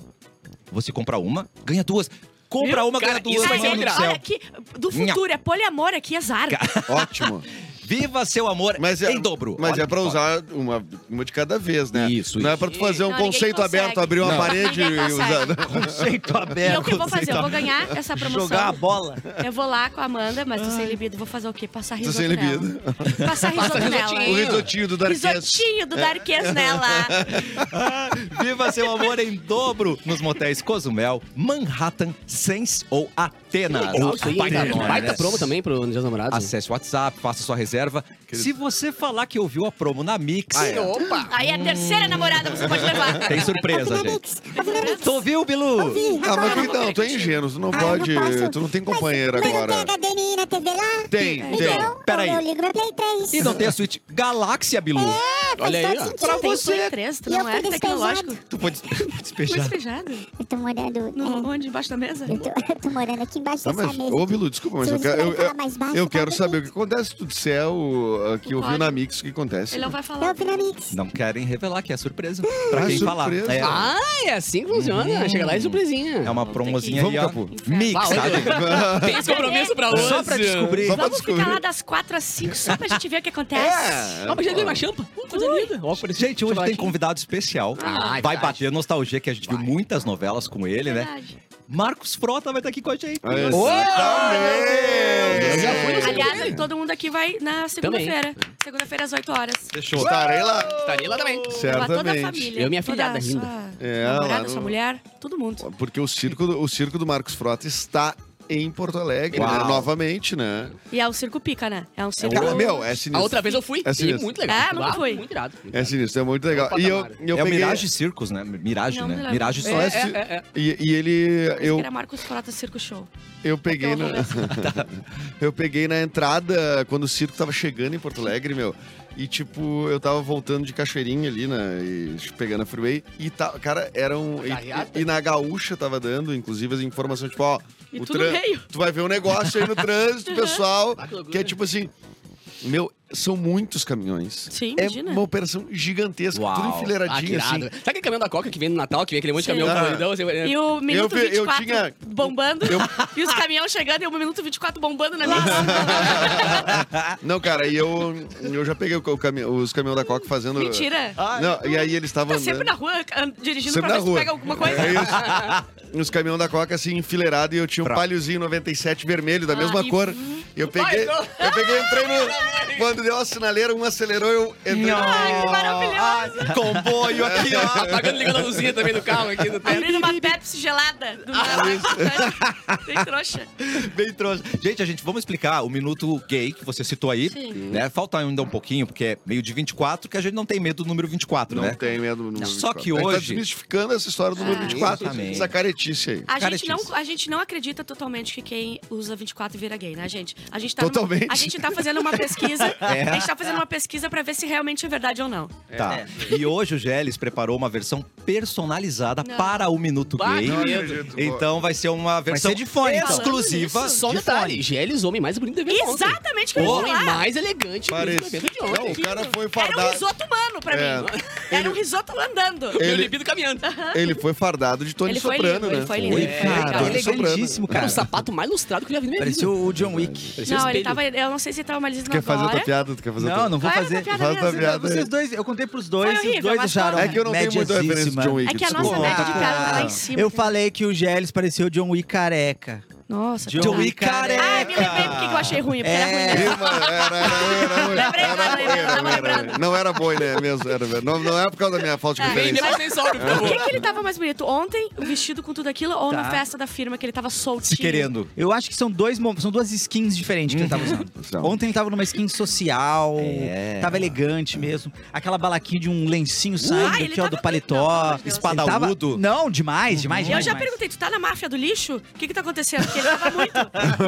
A: Você compra uma, ganha duas. Compra uma,
B: Cara,
A: ganha duas.
B: isso
E: Cara, é
B: vai ser
A: mano do
B: grau.
A: céu.
E: olha que do futuro, é poliamor aqui, azar.
G: Então, Ótimo.
A: Viva seu amor
G: Mas é,
A: em dobro.
G: Mas
A: Olha
G: é pra
A: que
G: usar uma, uma de cada vez, né?
A: Isso,
G: Não é
A: isso.
G: pra tu fazer um
E: Não, ninguém
G: conceito
E: consegue.
G: aberto, abrir uma
E: Não.
G: parede e
E: Ninguém
G: usar. né?
E: consegue.
D: Conceito
E: E
D: aberto.
E: eu que eu vou fazer? Eu vou
A: tá-
E: ganhar essa promoção.
D: Jogar a bola.
E: Eu vou lá com a Amanda, mas tô sem libido. Vou fazer o quê? Passar
G: Tô
E: risoto
G: sem libido.
E: nela. Passar risoto nela.
G: O risotinho do É. Darkest.
E: É. Risotinho do Darkes nela.
A: Viva seu amor em dobro nos motéis Cozumel, Manhattan, Sense ou Atenas.
B: Legal isso aí,
A: Baita
B: cara.
A: nome,
B: Baita
A: né?
B: promo também pro Dia dos Namorados.
A: Acesse o WhatsApp, faça sua reserva. Se você falar que ouviu a promo na Mix,
B: Opa!
E: Aí a terceira namorada você pode levar.
A: tem surpresa,
C: Ouvi na
A: gente.
C: Mix, ouvi na Mix.
A: Tu ouviu, Bilu?
C: Ouvi,
G: Ah, mas
C: agora.
G: tu- não, tu é ingênuo, tu não
C: Ah,
G: pode.
C: posso.
G: tu não tem
C: Mas-
G: companheiro
C: mas
G: agora.
C: não tem HDMI na TV lá?
G: Tem, tem.
C: Então,
A: Peraí.
C: Eu ligo meu Play 3.
A: E não tem a Switch Galáxia, Bilu.
C: É, faz
B: Olha aí,
C: todo
B: ó.
C: sentido.
A: Pra
E: Tem
A: você.
E: Play 3, tu
C: E eu
E: não é
C: fui
E: tecnológico. Fui
A: Tu pode despejar.
E: despejado?
C: Eu tô morando...
E: No,
C: é,
E: Onde? Embaixo da mesa?
C: eu, tô, eu tô morando aqui embaixo
G: Tá,
C: dessa
G: mas,
C: mesa.
G: ô, Bilu, desculpa, mas
C: Se
G: eu
C: você
G: quero, eu,
C: quiser falar
G: eu-
C: mais baixo,
G: eu
C: tá
G: quero
C: bem.
G: saber o que acontece se tu disser o, a, que
E: Não
G: ouviu
E: pode.
G: na Mix, o que acontece.
E: Ele é um não vai
C: Eu
E: falar.
C: ouvi na Mix.
A: Não querem revelar que é surpresa. Pra
G: Ah,
A: quem
G: surpresa.
A: falar. É,
B: Ah, é assim que funciona.
A: Hum.
B: Chega lá e surpresinha.
A: é uma promozinha
G: Vamos,
A: aí, ó.
G: Capu.
A: Mix,
B: Ah, olha.
A: sabe?
B: Tem esse compromisso pra hoje.
A: Só pra descobrir.
G: Só pra
E: Vamos
G: descobrir.
E: ficar lá das 4 às 5 só pra gente ver o que
G: É.
E: acontece.
B: Ah, mas já deu uma champa. Uh, coisa linda. Ó, por isso
A: Gente, hoje tem
B: chocolate.
A: convidado especial.
B: Ah, é
A: vai
B: verdade.
A: bater a nostalgia, que a gente viu muitas novelas com ele, né?
E: Verdade.
A: Marcos Frota vai estar aqui com a gente.
G: Aí,
A: Ô,
G: exatamente.
B: Eu já fui no-
E: Aliás, todo mundo aqui vai na segunda-feira. Segunda-feira às 8 horas.
A: Fechou.
G: Estarei lá.
B: Estarei lá também.
G: É,
E: Levar toda a
G: Certamente.
E: família.
B: Eu e minha
E: toda
B: filhada
E: a
B: linda.
E: Sua
G: É, lá
E: namorada,
G: no-
E: sua mulher, todo mundo.
G: Porque o circo, do- o circo do Marcos Frota está em Porto Alegre, né?
A: Uau.
G: novamente, né?
E: E é o circo pica, né? É um circo.
G: Cara, meu, é sinistro.
B: A outra vez eu fui.
G: É
B: e
G: sinistro.
B: muito legal.
E: Ah, nunca
B: Bah,
E: fui.
B: Muito irado. muito
G: É
B: irado.
G: sinistro, é muito legal.
B: É o
G: E eu,
B: patamar.
G: eu
A: é o
G: peguei...
A: Mirage Circos, né? Mirage,
E: Não,
A: né?
E: me lembro.
A: Mirage só
G: É,
A: é,
G: é,
B: É, é, é.
G: E, e ele...
E: Mas
G: Eu,
E: que era um Marcos Frota Circo Show.
G: eu peguei
E: Aquela
G: na...
E: conversa.
G: Eu peguei na entrada, quando o circo tava chegando em Porto Alegre, meu. E, tipo, eu tava voltando de Cachoeirinha ali, né? E pegando a freeway. E, tá, cara, era um...
B: Carreata.
G: E, e na gaúcha tava dando, inclusive, as informações, tipo, ó...
E: E
G: o
E: tudo
G: tran-
E: meio.
G: Tu vai ver um negócio aí no trânsito, pessoal.
B: Ah, que loucura.
G: Que é tipo assim... Meu, são muitos caminhões.
E: Sim,
G: é
E: imagina.
G: uma operação gigigantesca,
A: Uau.
G: tudo
B: Ah, que
G: enfileiradinho, assim.
B: irado. Sabe aquele caminhão da Coca que vem no Natal, que vem aquele monte de
E: Sim.
B: caminhão
G: Ah.
B: colorido? Assim,
E: E o minuto
G: vi- eu
E: 24
G: tinha-
E: bombando. E os caminhões chegando e o minuto 24 bombando na minha.
G: Não, cara, e eu, eu já peguei o cami- os caminhões da Coca fazendo.
E: Mentira.
A: Ah, então
G: Não, e aí eles estavam
E: Tá sempre na
G: andando.
E: rua an- dirigindo
G: Sempre
E: pra
G: na
E: ver se
G: rua.
E: pega alguma coisa.
G: É isso. Os caminhões da Coca assim enfileirado e eu tinha um
A: Pra-
G: paliozinho 97 vermelho da mesma
E: Ah, e-
G: cor. E eu peguei,
B: não.
G: eu peguei, entrei no quando deu a sinaleira, um acelerou, eu entrei. É,
E: Ai, que
G: Ah,
E: maravilhoso.
A: comboio aqui, ó.
B: Apagando e ligando a luzinha também do carro aqui do
E: Abrindo uma Pepsi gelada. Do
G: Ah,
E: nada. Tem trouxa.
A: Bem trouxa. Gente, a gente vamos explicar o minuto gay que você citou aí,
E: Sim.
A: né? Falta ainda um pouquinho, porque é meio de 24, que a gente não tem medo do número 24,
G: Não
A: né?
G: tem medo do número
A: Só
G: 24.
A: que
G: A gente Tá
A: hoje-
G: desmistificando essa história do
E: É,
G: número 24,
A: exatamente.
G: essa caretice aí.
E: A
A: Cara,
E: gente,
A: é
E: não,
A: difícil.
E: a gente não acredita totalmente que quem usa 24 vira gay, né, gente? A gente tá numa-
G: Totalmente. É.
E: a gente tá fazendo uma pesquisa. A gente tá fazendo uma pesquisa pra ver se realmente é verdade ou não.
A: Tá. E hoje o Geles preparou uma versão personalizada
E: Não.
A: para o minuto
B: Bah,
A: gay.
B: não
G: é acredito.
A: Então vai ser uma versão
D: ser de fone, então.
A: exclusiva.
B: Só um
A: de
B: detalhe,
A: fone.
B: Geles, homem mais bonito da vida
E: Exatamente o que eu
B: O
E: ia
B: homem
E: falar.
B: mais elegante
G: Parece.
E: Tá
B: do evento de
G: Não, o
B: ontem.
G: cara foi
E: Era um
G: fardado.
E: risoto humano pra
G: É.
E: mim. Era um risoto andando.
B: Meu
G: Ele-
B: libido caminhando.
G: Ele foi fardado de Tony
E: Ele foi
G: Soprano,
E: lindo,
G: né?
E: ele foi lindo.
A: Oi,
E: É,
A: cara.
G: Tony
D: ele é
G: Soprano.
D: grandíssimo,
B: Cara,
D: cara.
B: o sapato mais lustrado que eu já vi na minha vida.
D: Parecia o John Wick.
B: Parecia um
E: Não, ele
B: espelho.
E: tava. Eu não sei se ele tava maligno
G: Tu quer fazer
E: agora.
G: outra piada? Tu quer fazer
D: Não,
G: outra-
D: não vou
E: Vai,
D: fazer.
E: vai,
G: Faz outra
E: mesmo.
G: piada.
D: Vocês dois, eu contei pros dois,
E: Foi horrível,
D: os dois
E: mas
D: acharam.
E: foi.
G: É que eu não tenho muita referência de John Wick.
E: É que a nossa
G: desculpa.
E: meta de piada tá lá em cima.
D: Eu falei que o Gélis parecia o John Wick careca.
E: Nossa,
D: John
E: coitado.
A: Joey
E: Ah, me
A: careca.
E: lembrei porque eu achei ruim, porque era ruim
D: É.
E: mesmo.
G: Era, era, era, era,
E: Lembrei,
G: era,
E: lembrei,
G: era,
E: tava
G: era,
E: lembrando.
G: Não era boi, né? Mesmo, era, mesmo. não, não é por causa da minha falta de
E: É.
B: Bem,
G: referência.
B: depois vocês sobram, por
E: Por que,
B: favor.
E: que ele tava mais bonito? Ontem, o vestido com tudo aquilo, ou na
D: Tá.
E: festa da firma, que ele tava soltinho?
A: Se querendo.
D: Eu acho que são dois mo- são duas skins diferentes que ele tava
G: Uhum.
D: usando.
G: São.
D: Ontem ele tava numa skin social,
A: É.
D: tava elegante mesmo. Aquela balaquinha de um lencinho saindo
E: Ai, ele
D: aqui, ó, do
E: tava-
D: paletó.
E: Não, pelo amor de Deus.
D: Ele tava-
A: Espadaúdo.
G: Uhum.
D: Não, demais, demais,
E: Eu
D: demais.
E: já
D: demais.
E: perguntei, tu tá na máfia do lixo? O que que tá acontecendo? porque ele tava muito.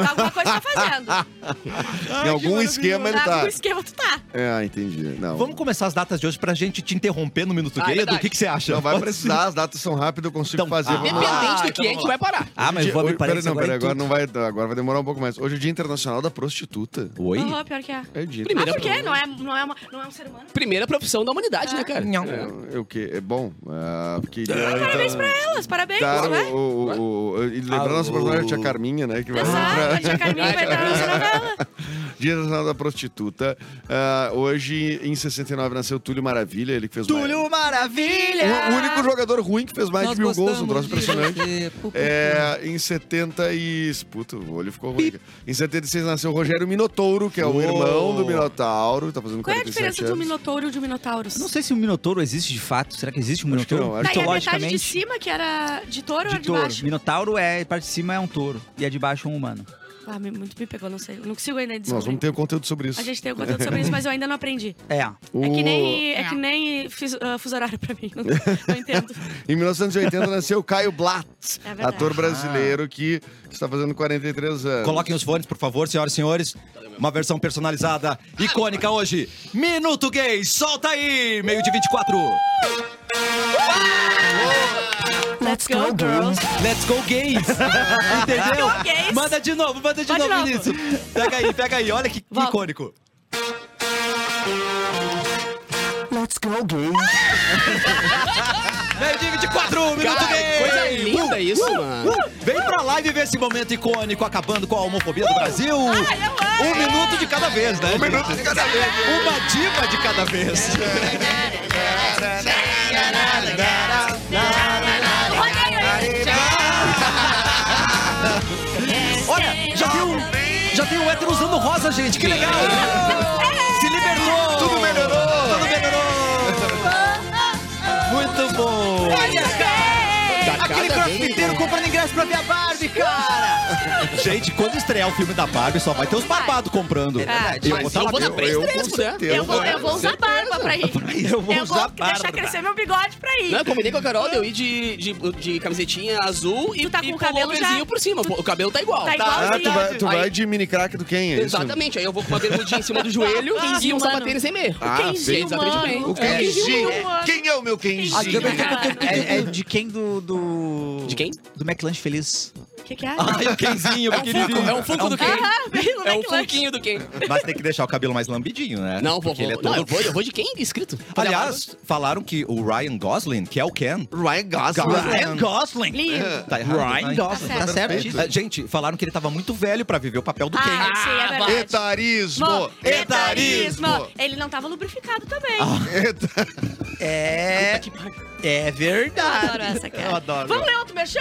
E: Alguma coisa tá fazendo.
G: em algum esquema ele
E: Tá,
G: tá.
E: Com esquema tu tá.
G: Ah, entendi. Não.
A: Vamos começar as datas de hoje pra gente te interromper no minuto
B: Ah, é
A: grego? O
B: verdade.
A: que, que você acha?
G: Não vai precisar, as datas são rápidas, eu consigo
A: Então,
G: fazer.
A: ah,
G: vamos lá.
B: Independente do
D: então
B: que é, a
D: vamos
B: gente vai parar.
H: Ah, mas
G: Hoje
H: eu vou
G: é-
H: abrir
G: hoje- pera,
H: parênteses
G: não,
H: agora.
G: pera,
H: em
G: agora
H: tudo.
G: não vai, agora vai demorar um pouco mais. Hoje é o Dia Internacional da Prostituta.
A: Oi?
E: Aham, pior que é.
G: É o dia.
E: Ah,
B: Primeira-
E: por quê? Não é, não, é uma, não é um ser humano?
B: Primeira profissão da humanidade, né, cara?
A: Não.
G: É, é o quê? É bom. ah, porque
E: Parabéns pra elas, parabéns,
G: Dar
E: né?
G: o, o, o- e lembrando
H: Alô.
G: nosso personagem, a Tia Carminha, né? Que vai
E: Exato, a
G: pra
E: tia Carminha vai estar na nossa novela.
G: Dia Nacional da Prostituta. Ah, hoje, em 69, nasceu Túlio Maravilha, ele que fez mais-
D: Túlio Maravilha!
G: O único jogador ruim que fez mais
H: Nós
G: de mil gols, um
H: gostamos
G: troço
H: de
G: impressionante.
H: você, pu, pu, pu.
G: É, em 70 e... Puta, o olho ficou ruim. cara. Em 76 nasceu o Rogério Minotouro, que é o
A: Uou.
G: irmão do Minotauro. Tá fazendo
E: Qual é a
G: 47
E: diferença de um
G: anos.
E: minotouro e de um minotauro?
D: Eu Não sei se o Minotauro existe de fato. Será que existe um
G: Acho que
D: Minotauro?
G: não, acho
E: Daí Tá, a metade de
D: Mitologicamente,
E: cima, que era de touro
D: de
E: ou era de
D: touro.
E: baixo?
D: Minotauro é, parte de cima é um touro. E a de baixo é um humano.
E: Ah, me- muito me pegou, não sei. Eu não consigo ainda descobrir.
G: Nós vamos ter um conteúdo sobre isso.
E: A gente tem o conteúdo sobre isso, mas eu ainda não aprendi.
D: É.
G: Ah,
E: É que
G: O-
E: nem, é que nem fiz, ah, fuso horário pra mim. Não, não entendo.
G: Em 1980 nasceu Caio Blatt,
E: É verdade.
G: ator brasileiro que está fazendo 43 anos.
A: Ah. Coloquem os fones, por favor, senhoras e senhores. Uma versão personalizada, icônica hoje. Minuto Gay, solta aí! Meio de 24.
E: Let's go, girls.
A: Let's go gays! Entendeu?
E: Go, gays.
A: Manda de novo, manda de
E: Vai de
A: novo,
E: novo.
A: Vinícius. Pega aí, pega aí, olha que
E: Volta.
A: icônico. Let's go gays! Meio de 24, Minuto
B: Cara,
A: Gay!
B: que coisa linda isso, mano.
A: Uh, Vem pra lá e viver esse momento icônico, acabando com a homofobia do Brasil. um minuto de cada vez, né? Um minuto de cada vez. Uma diva de cada vez. Olha, já tem um, já tem um hétero usando rosa, gente. Que legal. Se libertou. Tudo melhorou. Tudo melhorou. Muito bom.
B: Tá
D: Aquele
B: cada vez-
D: crossfiteiro comprando ingresso pra ver a Barbie, cara!
A: Gente, quando estrear o filme da Barbie, só vai ter os barbados comprando.
D: verdade.
A: Eu
B: Mas
A: vou tá
B: eu
A: lá
B: vou na
A: dentro.
B: frente
G: eu
B: desse,
G: com
B: né?
G: certeza.
E: Eu vou, eu vou usar barba pra ir.
A: Eu vou usar
E: deixar
A: barba.
E: crescer meu bigode pra ir.
B: Não, eu combinei com a Carol de eu ir de, de, de camisetinha azul e,
E: Tu tá com
B: e
E: o cabelo
B: overzinho
E: já-
B: por cima. Pô, O cabelo tá igual.
E: Tá igual.
G: Ah, tu vai, tu
B: Aí-
G: vai de mini crack do Ken, é isso?
B: Exatamente, aí eu vou com uma bermudinha em cima do joelho e um
E: Tá. mano.
B: sapatênis sem meia.
G: Ah,
E: Kenji
G: bem.
E: humano.
G: O
E: É o Kenji
G: Kenji.
E: humano.
G: Quem é o meu Kenji?
E: Kenji.
D: Ah, É, é de quem do, do.
B: De quem?
D: Do McLanche Feliz.
E: O que, que é?
A: Ai, o Kenzinho,
B: É um funko, é
A: pequenininho.
B: um funko do Ken.
E: Aham, vem no
B: É um
E: McLanche.
B: funquinho do Ken.
A: Mas tem que deixar o cabelo mais lambidinho, né?
B: Não, vou,
A: Porque
B: vou,
A: ele é
B: não,
A: todo-
B: eu vou, eu vou de quem escrito?
A: Aliás, falaram que o Ryan Gosling, que é o Ken...
G: Ryan
A: Gosling.
D: Ryan Gosling!
E: Lindo.
A: Tá errado, né?
D: Gosling, tá certo?
G: Perfeito.
A: É, gente, falaram que ele tava muito velho pra viver o papel do
E: Ah,
A: Ken.
E: sim, é verdade.
G: Etarismo!
E: Etarismo.
G: Etarismo! Ah,
E: Ele não tava lubrificado também.
D: É. É
E: Eu adoro
D: verdade.
E: essa, cara.
D: Eu adoro.
E: Vamos ler outro merchan?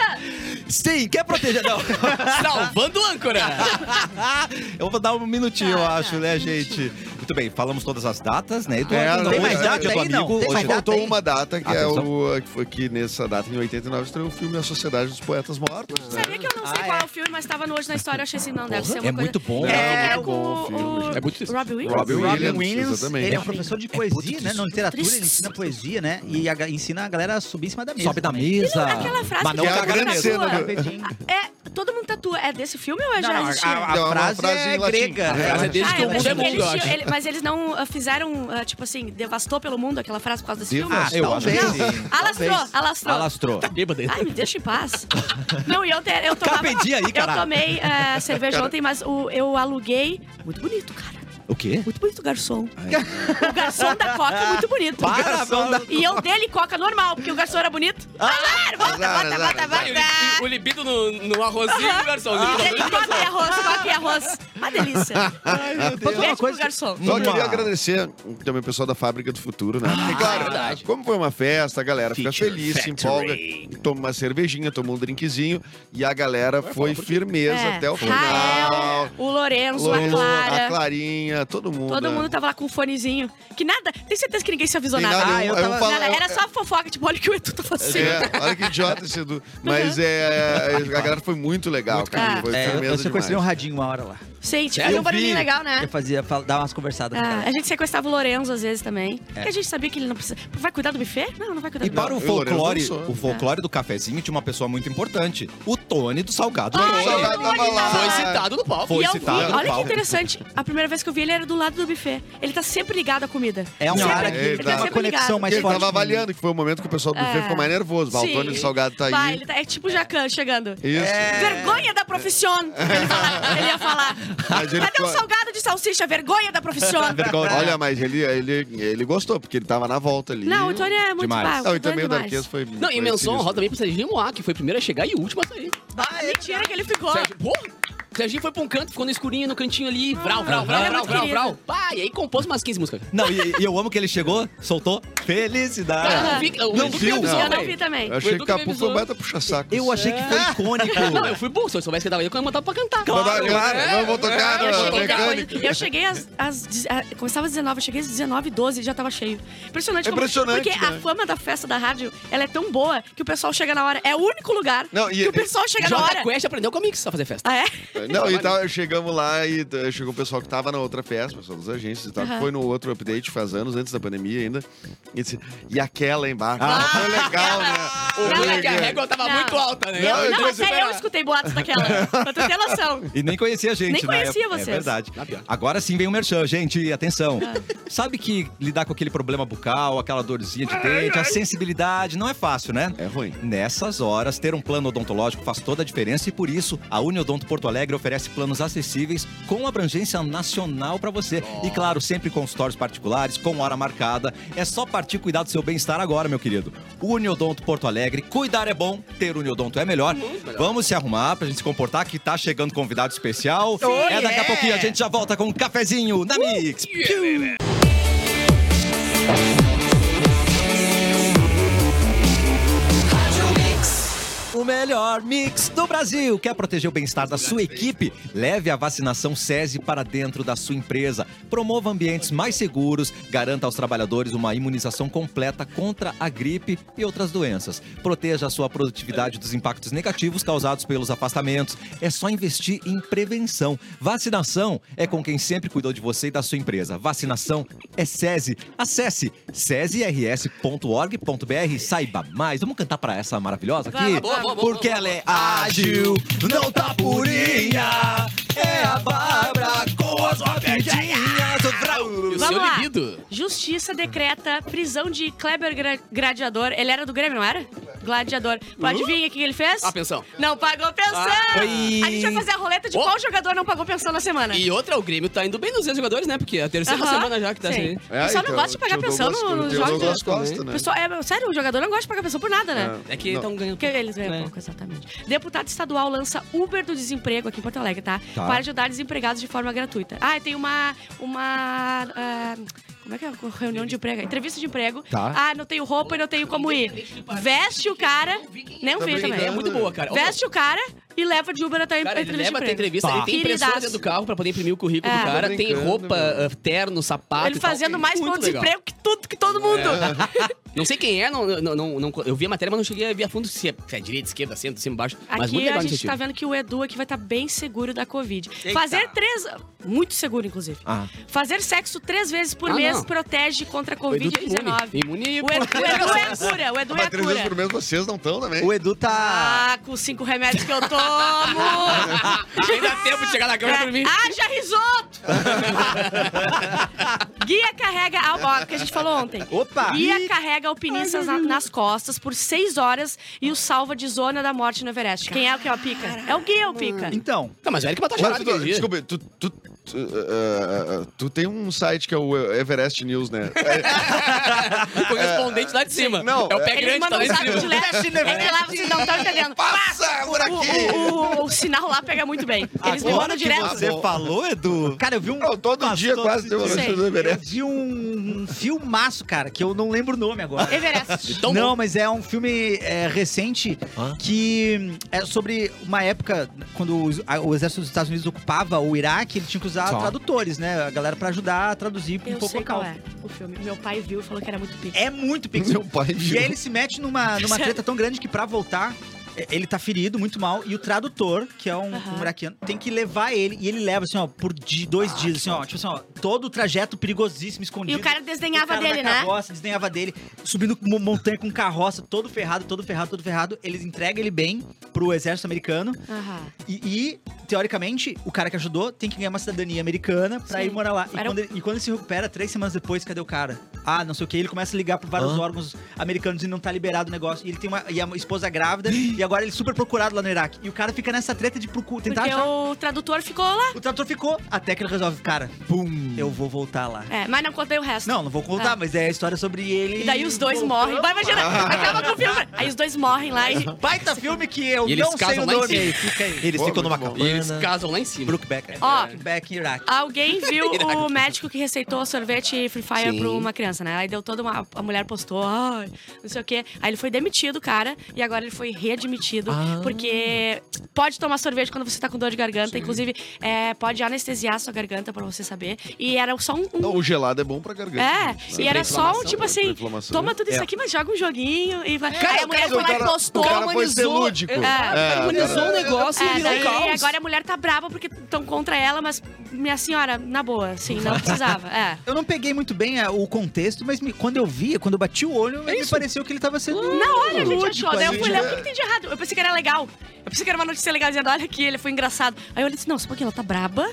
A: Sim, quer proteger... Não.
B: Salvando o âncora.
A: eu vou dar um minutinho, eu
E: Tá,
A: acho,
E: tá,
A: né, gente? Muito bem, falamos todas as datas, né? Eduardo?
G: É,
A: Então,
G: tem
A: hoje
G: mais
A: é
D: data
A: dia do
D: aí, não?
A: amigo,
D: Tem
A: hoje
D: mais
A: é-
D: data?
G: Faltou
D: tem.
G: uma data, que é
A: Atenção.
G: o que foi que nessa data, em 89, estreou o filme A Sociedade dos Poetas Mortos. né?
E: Sabia que eu não sei
D: Ah,
E: qual
D: é.
E: é o filme, mas tava no Hoje na História. eu Achei assim, não, deve ser uma
A: É
E: coisa...
A: muito bom.
E: É,
G: É muito
E: com
G: bom o filme.
E: o...
B: É muito isso.
E: Robin Williams?
G: Robin
D: O Robin
G: Williams,
D: Williams,
G: exatamente.
D: ele é um professor de poesia, né? Não, literatura, ele
E: triste.
D: ensina poesia, né? E a- ensina a galera a subir em cima da mesa.
A: Sobe da
D: também.
A: mesa.
E: Aquela frase
A: Mas não
E: que
G: é a
E: todo mundo
G: grande cena
D: né,
G: né?
E: tatua.
G: do-
E: É, todo mundo tatua. É desse filme ou é
D: Não,
E: já
D: não,
E: existia?
D: a, a
G: Não, é uma
D: frase
G: frase
D: é
G: em latim.
D: grega.
G: A
B: frase é desde
E: Ah,
B: que
E: eu
B: o mundo
E: pensei
B: é
E: que
B: mundo, eu
E: eles
B: acho.
E: tinham- ele- mas eles não ah, fizeram, ah, tipo assim, devastou pelo mundo aquela frase por causa desse filme?
A: Ah, eu acho que
D: Talvez.
A: sim.
E: Alastrou,
D: Talvez.
E: alastrou.
A: Alastrou.
B: Bêbado.
E: Ai, me deixa em paz. Não, e ontem eu tomava...
A: Carpe diem aí, caralho.
E: Eu tomei ah, cerveja ontem, mas o- eu aluguei... Muito bonito, cara.
A: O quê?
E: Muito bonito o garçom. O garçom da Coca é muito bonito.
A: Para, garçom da-
E: E eu dele Coca normal, porque o garçom era bonito. Ah, bota,
G: azar,
E: bota, bota,
G: azar.
B: Vai, o, li-
E: bota.
B: o libido no, no arrozinho e garçom. O libido no
E: Ele Coca e é arroz, Coca e arroz. Uma delícia.
D: Posso falar
E: Beijo
D: uma
E: pro
D: coisa?
E: garçom.
G: Só
A: Uma.
G: queria agradecer também o pessoal da Fábrica do Futuro,
E: Ah,
G: né? Porque, claro,
B: verdade.
G: como foi uma festa, a galera fica
B: Feature
G: feliz, se
B: Factory.
G: empolga, toma uma cervejinha, toma um drinkzinho e a galera foi firmeza
E: É,
G: até o final.
E: Rael, o Lourenço, a
G: Lolo, a
E: Clara.
G: Clarinha, todo mundo.
E: Todo
G: né?
E: mundo tava lá com um fonezinho. Que nada, tem certeza que ninguém se avisou
G: Tem
E: nada.
G: nada, um,
D: Ah, eu
G: eu
D: tava-
G: falo-
E: Nada,
G: eu-
E: era só fofoca, tipo, olha o que o Edu tá fazendo.
G: É, olha o que idiota esse Edu.
E: Uhum.
G: Mas é, a galera foi muito legal, cara.
E: bom.
G: Foi
D: É, eu, eu
G: firmeza demais.
D: sequestrei um radinho uma hora lá.
E: Sim, tipo,
I: Eu
E: deu um barulhinho
I: vi.
E: legal, né?
D: Eu fazia, fal- dava umas conversadas. com o
E: Ah,
D: cara.
E: a gente sequestrava o Lorenzo às vezes também. Porque a gente sabia que ele não precisa. Vai cuidar do buffet? Não, não vai cuidar
A: E
E: do
A: para o
G: Eu, Lourenço,
A: folclore,
G: não sou.
A: o
E: É.
A: folclore do cafezinho tinha uma pessoa muito importante. O Tony do Salgado.
E: Ai,
A: Marinho.
G: O Salgado tava lá.
B: Foi citado no palco.
A: Foi
E: Ah, e eu vi,
A: citado no
E: olha que
A: palco.
E: interessante, a primeira vez que eu vi ele era do lado do buffet. Ele tá sempre ligado à comida.
D: É um
E: Sempre.
D: cara que
G: ele
D: ele tem
G: tá-
D: uma conexão mais
G: ele
D: forte.
G: tava
D: com-
G: avaliando, que foi o momento que o pessoal do buffet ficou mais nervoso. Bah, O
E: É. Sim.
G: Tony do Salgado tá aí.
E: Vai, ele tá- é tipo o Jacan chegando.
G: Isso.
E: É, Vergonha da profissão! Ele, fala- ele ia falar.
G: Mas ele
E: Cadê o
G: ficou-
E: salgado de salsicha? Vergonha da profissão!
G: Olha, mas ele, ele, ele gostou, porque ele tava na volta ali.
E: Não, o Tony é muito
A: Demais.
E: barro.
G: Não, e também o
E: é demais.
G: Darquês foi.
B: Não, e
G: foi
B: menção
G: sinistro.
B: honrosa também pro Serginho Moá, que foi o primeiro a chegar e o último a sair.
E: Ah, mentira que ele ficou.
B: Serginho, pô, Serginho foi pra um canto, ficou no escurinho, no cantinho ali, vral, vral,
E: Ele é
B: vral, vral,
E: muito
B: vral,
E: querido.
B: vral. Pá, e aí compôs umas 15 músicas.
A: Não, e, e eu amo que ele chegou, soltou felicidade.
B: Cara, eu não vi, eu,
G: Não
B: eu
G: viu?
B: vi,
G: Não.
E: Eu Ah. não vi também.
G: Eu achei
B: Edu
G: que
B: que me
G: Capu foi um
B: avisou.
G: baita puxa-saco.
A: Eu achei que foi
B: Não, eu
A: icônico.
B: fui burro, se eu soubesse que eu tava aí, eu ia botar pra cantar.
G: Claro, claro.
B: É,
G: Vamos tocar
E: Eu
G: no
E: cheguei
G: mecânico.
E: depois. Eu cheguei às. às dez- a- começava às 19, eu cheguei às 19, 12 e já tava cheio. Impressionante.
G: É impressionante,
E: Porque
G: né?
E: a fama da festa da rádio ela é tão boa que o pessoal chega na hora. É o único lugar
G: Não, e-
E: que o pessoal chega na
B: Jota
E: hora.
B: Quest aprendeu com a Mix a fazer festa.
E: Ah, é?
G: Não, e tal, chegamos lá e eh, chegou o pessoal que tava na outra festa, pessoal das agências e tal, que
E: Aham.
G: foi no outro update faz anos, antes da pandemia ainda. E, disse, e aquela embaixo. Ah, foi legal, né?
B: O
E: Não,
B: ruim é
E: mas
B: que a
E: é-
B: régua tava
E: Não.
B: muito alta, né?
G: Não, eu
E: Eu, não,
G: disse,
E: até
G: "Pera."
E: eu escutei boatos daquela. Pra tu ter noção.
A: E nem conhecia a gente,
E: Nem
A: né?
E: conhecia
A: é,
E: vocês.
A: É verdade.
B: Na pior.
A: Agora sim vem o merchan, gente. Atenção.
E: Ah.
A: Sabe que lidar com aquele problema bucal, aquela dorzinha de dente, a sensibilidade, não é fácil, né?
G: É ruim.
A: Nessas horas, ter um plano odontológico faz toda a diferença e por isso a Uniodonto Porto Alegre oferece planos acessíveis com abrangência nacional para você. E claro, sempre consultórios particulares, com hora marcada. É só partir cuidar do seu bem-estar agora, meu querido. Uniodonto Porto Alegre, cuidar é bom, ter Uniodonto é melhor. Vamos se arrumar pra gente se comportar que tá chegando convidado especial. é daqui a pouquinho a gente já volta com um cafezinho na Mix. O melhor mix do Brasil. Quer proteger o bem-estar da sua equipe? Leve a vacinação SESI para dentro da sua empresa. Promova ambientes mais seguros, garanta aos trabalhadores uma imunização completa contra a gripe e outras doenças. Proteja a sua produtividade dos impactos negativos causados pelos afastamentos. É só investir em prevenção. Vacinação é com quem sempre cuidou de você e da sua empresa. Vacinação é SESI. Acesse sesirs.org.br e saiba mais. Vamos cantar para essa maravilhosa aqui?
B: Vamos, vamos, vamos,
A: Porque ela é ágil, não tá purinha. É a Bárbara com as
B: Eu
A: rapidinhas.
E: Vamos
B: sou
E: lá.
B: libido.
E: Justiça decreta prisão de Kleber Gra- Gladiador. Ele era do Grêmio, não era? Gladiador. Pô, Adivinha o que ele fez?
B: A pensão.
E: Não pagou pensão!
B: Ah,
A: oi.
E: a gente vai fazer a roleta de
B: Oh.
E: qual jogador não pagou pensão na semana.
B: E outra, o Grêmio tá indo bem nos 200 jogadores, né? Porque é a terceira
E: Aham,
B: semana já que tá
E: sim.
B: assim.
E: O
G: É,
E: pessoal
G: então,
E: não gosta de
G: um
E: pagar pensão no- nos
G: Eu não
E: jogos.
G: gosto Costa,
B: também.
G: né?
E: Pessoal, é, sério, o jogador não gosta de pagar pensão por nada, né?
B: É que
G: Não.
B: estão ganhando. É.
E: Porque eles ganham pouco, exatamente. Deputado estadual lança Uber do desemprego aqui em Porto Alegre, tá?
A: Tá.
E: Para ajudar desempregados de forma gratuita. Ah, e tem uma. uma ah, como é que é? Reunião de emprego? Entrevista de emprego.
A: Tá.
E: Ah, não tenho roupa e não tenho como ir. Veste o cara. Não vi
G: brincando.
E: também.
B: É muito boa, cara. Olha,
E: Veste o cara e leva de Uber até a
B: Cara, ele
E: entrevista
B: leva
E: de
B: até
E: emprego. Tá.
B: entrevista, ele tem impressora
E: Queridaço.
B: dentro do carro pra poder imprimir o currículo
E: É.
B: do cara,
G: Tô
B: tem
G: brincando,
B: roupa,
G: meu.
B: uh, terno, sapato.
E: Ele
B: e tal. É.
E: fazendo mais
B: Muito
E: ponto de
B: legal.
E: emprego que, tudo, que todo mundo.
B: Não sei quem é, não, não, não, não- eu vi a matéria, mas não cheguei a ver a fundo se é, se é direita, esquerda, centro, cima, baixo. mas muito
E: Aqui
B: legal
E: a
B: a
E: gente tá
B: iniciativa.
E: vendo que o Edu aqui vai estar bem seguro da Covid. Fazer três. Muito seguro, inclusive.
A: Ah.
E: Fazer sexo três vezes por
B: Ah,
E: mês
B: não.
E: protege contra a
B: O Edu tá
E: Covid-19.
B: Imune. imune
E: O, Edu- o Edu é a cura, o Edu é
G: Mas
E: a
G: três vezes
E: cura.
G: por mês vocês não estão também.
D: O Edu tá.
E: Ah, com os cinco remédios que eu tomo!
B: Ainda dá tempo de chegar na câmera
E: É,
B: por mim.
E: Haja risoto! Guia carrega. al- Ó, que a gente falou ontem.
D: Opa!
E: Guia carrega alpinistas na- nas costas por seis horas e o salva de zona da morte no Everest. Quem é o que é o pica? É o guia, o pica.
D: Então,
B: Não, Tá, mas o Eric matou a
G: Mas
B: charada
G: tu,
E: é.
B: aquele dia.
G: desculpa, tu, tu, tu, ah, ah, ah, tu tem um site que é o Everest News, né?
B: O correspondente lá de cima.
G: Não,
B: é o pé
E: Eles
B: grande, tá lá
E: mandam um
B: em
E: zap
B: cima.
E: de leve. Ele lá, vocês não estão entendendo.
G: Passa por
E: O,
G: aqui!
E: o- o- o sinal lá pega muito bem. Eles me
A: Agora
E: mandam
A: que
E: direto.
A: você falou, Edu.
D: cara, eu vi um.
G: Não, todo
D: Nossa,
G: dia
D: todo
G: quase tem uma
E: Sim.
G: notícia do
D: Eu
G: Everest.
D: vi um, um filmaço, cara, que eu não lembro o nome agora.
E: É, Everest.
B: Então,
D: não, mas é um filme é, recente
A: Hã?
D: que hum, é sobre uma época quando os- a- o exército dos Estados Unidos ocupava o Iraque, ele tinha que usar
H: Só.
D: tradutores, né? A galera pra ajudar a traduzir pra um
E: Tá. Eu
D: pouco
E: sei qual
D: local.
E: é o filme. Meu pai viu e falou que era muito pica.
D: É muito pixel.
G: Meu pai
D: E
G: viu.
D: aí ele se mete numa, numa treta tão grande que pra voltar, é, ele tá ferido, muito mal, e o tradutor, que é um,
E: Aham. Ah,
D: um iraquiano, tem que levar ele, e ele leva, assim, ó, por di- dois dias, assim, ó, tipo assim, ó, todo o trajeto perigosíssimo,
E: E
D: escondido.
E: o cara
D: um O
E: desdenhava
D: cara
E: dele,
D: na
E: né?
D: carroça, desdenhava dele, subindo mo- montanha com carroça, todo ferrado, todo ferrado, todo ferrado. Eles entregam ele bem pro exército americano.
E: Aham.
D: E, e, teoricamente, o cara que ajudou tem que ganhar uma cidadania americana pra
E: Sim.
D: ir morar lá. E,
E: Era um
D: quando ele, e quando ele se recupera, três semanas depois, cadê o cara? Ah, não sei o que. Ele começa a ligar pra vários
H: Hã?
D: órgãos americanos e não tá liberado o negócio. E ele tem uma e a esposa grávida. e agora ele é super procurado lá no Iraque. E o cara fica nessa treta de procu- tentar
E: Porque é um-
D: achar.
E: o tradutor ficou lá.
D: O trator ficou até que ele resolve, cara,
H: Pum.
D: eu vou voltar lá.
E: É, mas não contei o resto.
D: Não, não vou contar,
E: Ah.
D: mas é a história sobre ele.
E: E daí os dois morrem. Vai, imagina, acaba com o filme. Aí os dois morrem lá e.
D: um Baita filme que eu
B: E eles
D: não sei
B: casam
D: o
B: lá em
D: nome.
B: cima.
D: aí, Fica aí.
H: Eles
G: Pô,
H: ficam numa
G: muito bom.
H: cabana.
B: E eles casam lá em cima.
H: Brookback.
D: né?
H: é.
E: Ó, Ah,
D: Back in Iraq.
E: Alguém viu o médico que receitou sorvete Free Fire pra uma criança, né? Aí deu toda uma. A mulher postou, ai, não sei o quê. Aí ele foi demitido, cara, e agora ele foi readmitido, porque pode tomar sorvete quando você tá com dor de garganta, inclusive é, pode anestesiar a sua garganta pra você saber. E era só um. um-
G: Não, o gelado é bom pra garganta.
E: é, e
B: pra
E: era só um
B: inflamação,
E: tipo
B: né?
E: assim,
G: inflamação.
E: toma tudo isso aqui, mas joga um joguinho e vai. Aí a mulher
G: o
E: foi lá e
G: cara-
E: postou.
G: o cara foi
B: humanizou-
G: ser lúdico.
B: É,
G: É,
B: humanizou
G: cara.
B: o
D: um
B: negócio e
E: É,
B: virou
E: daí
B: caos.
E: agora a mulher tá brava porque estão contra ela, mas minha senhora, na boa, assim, não precisava. É.
D: Eu não peguei muito bem é, o contexto, mas me- quando eu via, quando eu bati o olho, me pareceu que ele tava sendo.
E: É Uh! Na hora a gente
D: lúdico,
E: achou, daí eu
D: assim,
E: fui
D: né?
E: ler, o que que tem de errado? Eu pensei que era legal. Eu pensei que era uma notícia legal, dizendo, olha aqui, ele foi engraçado. Aí eu disse, não, só um pouquinho, ela tá braba.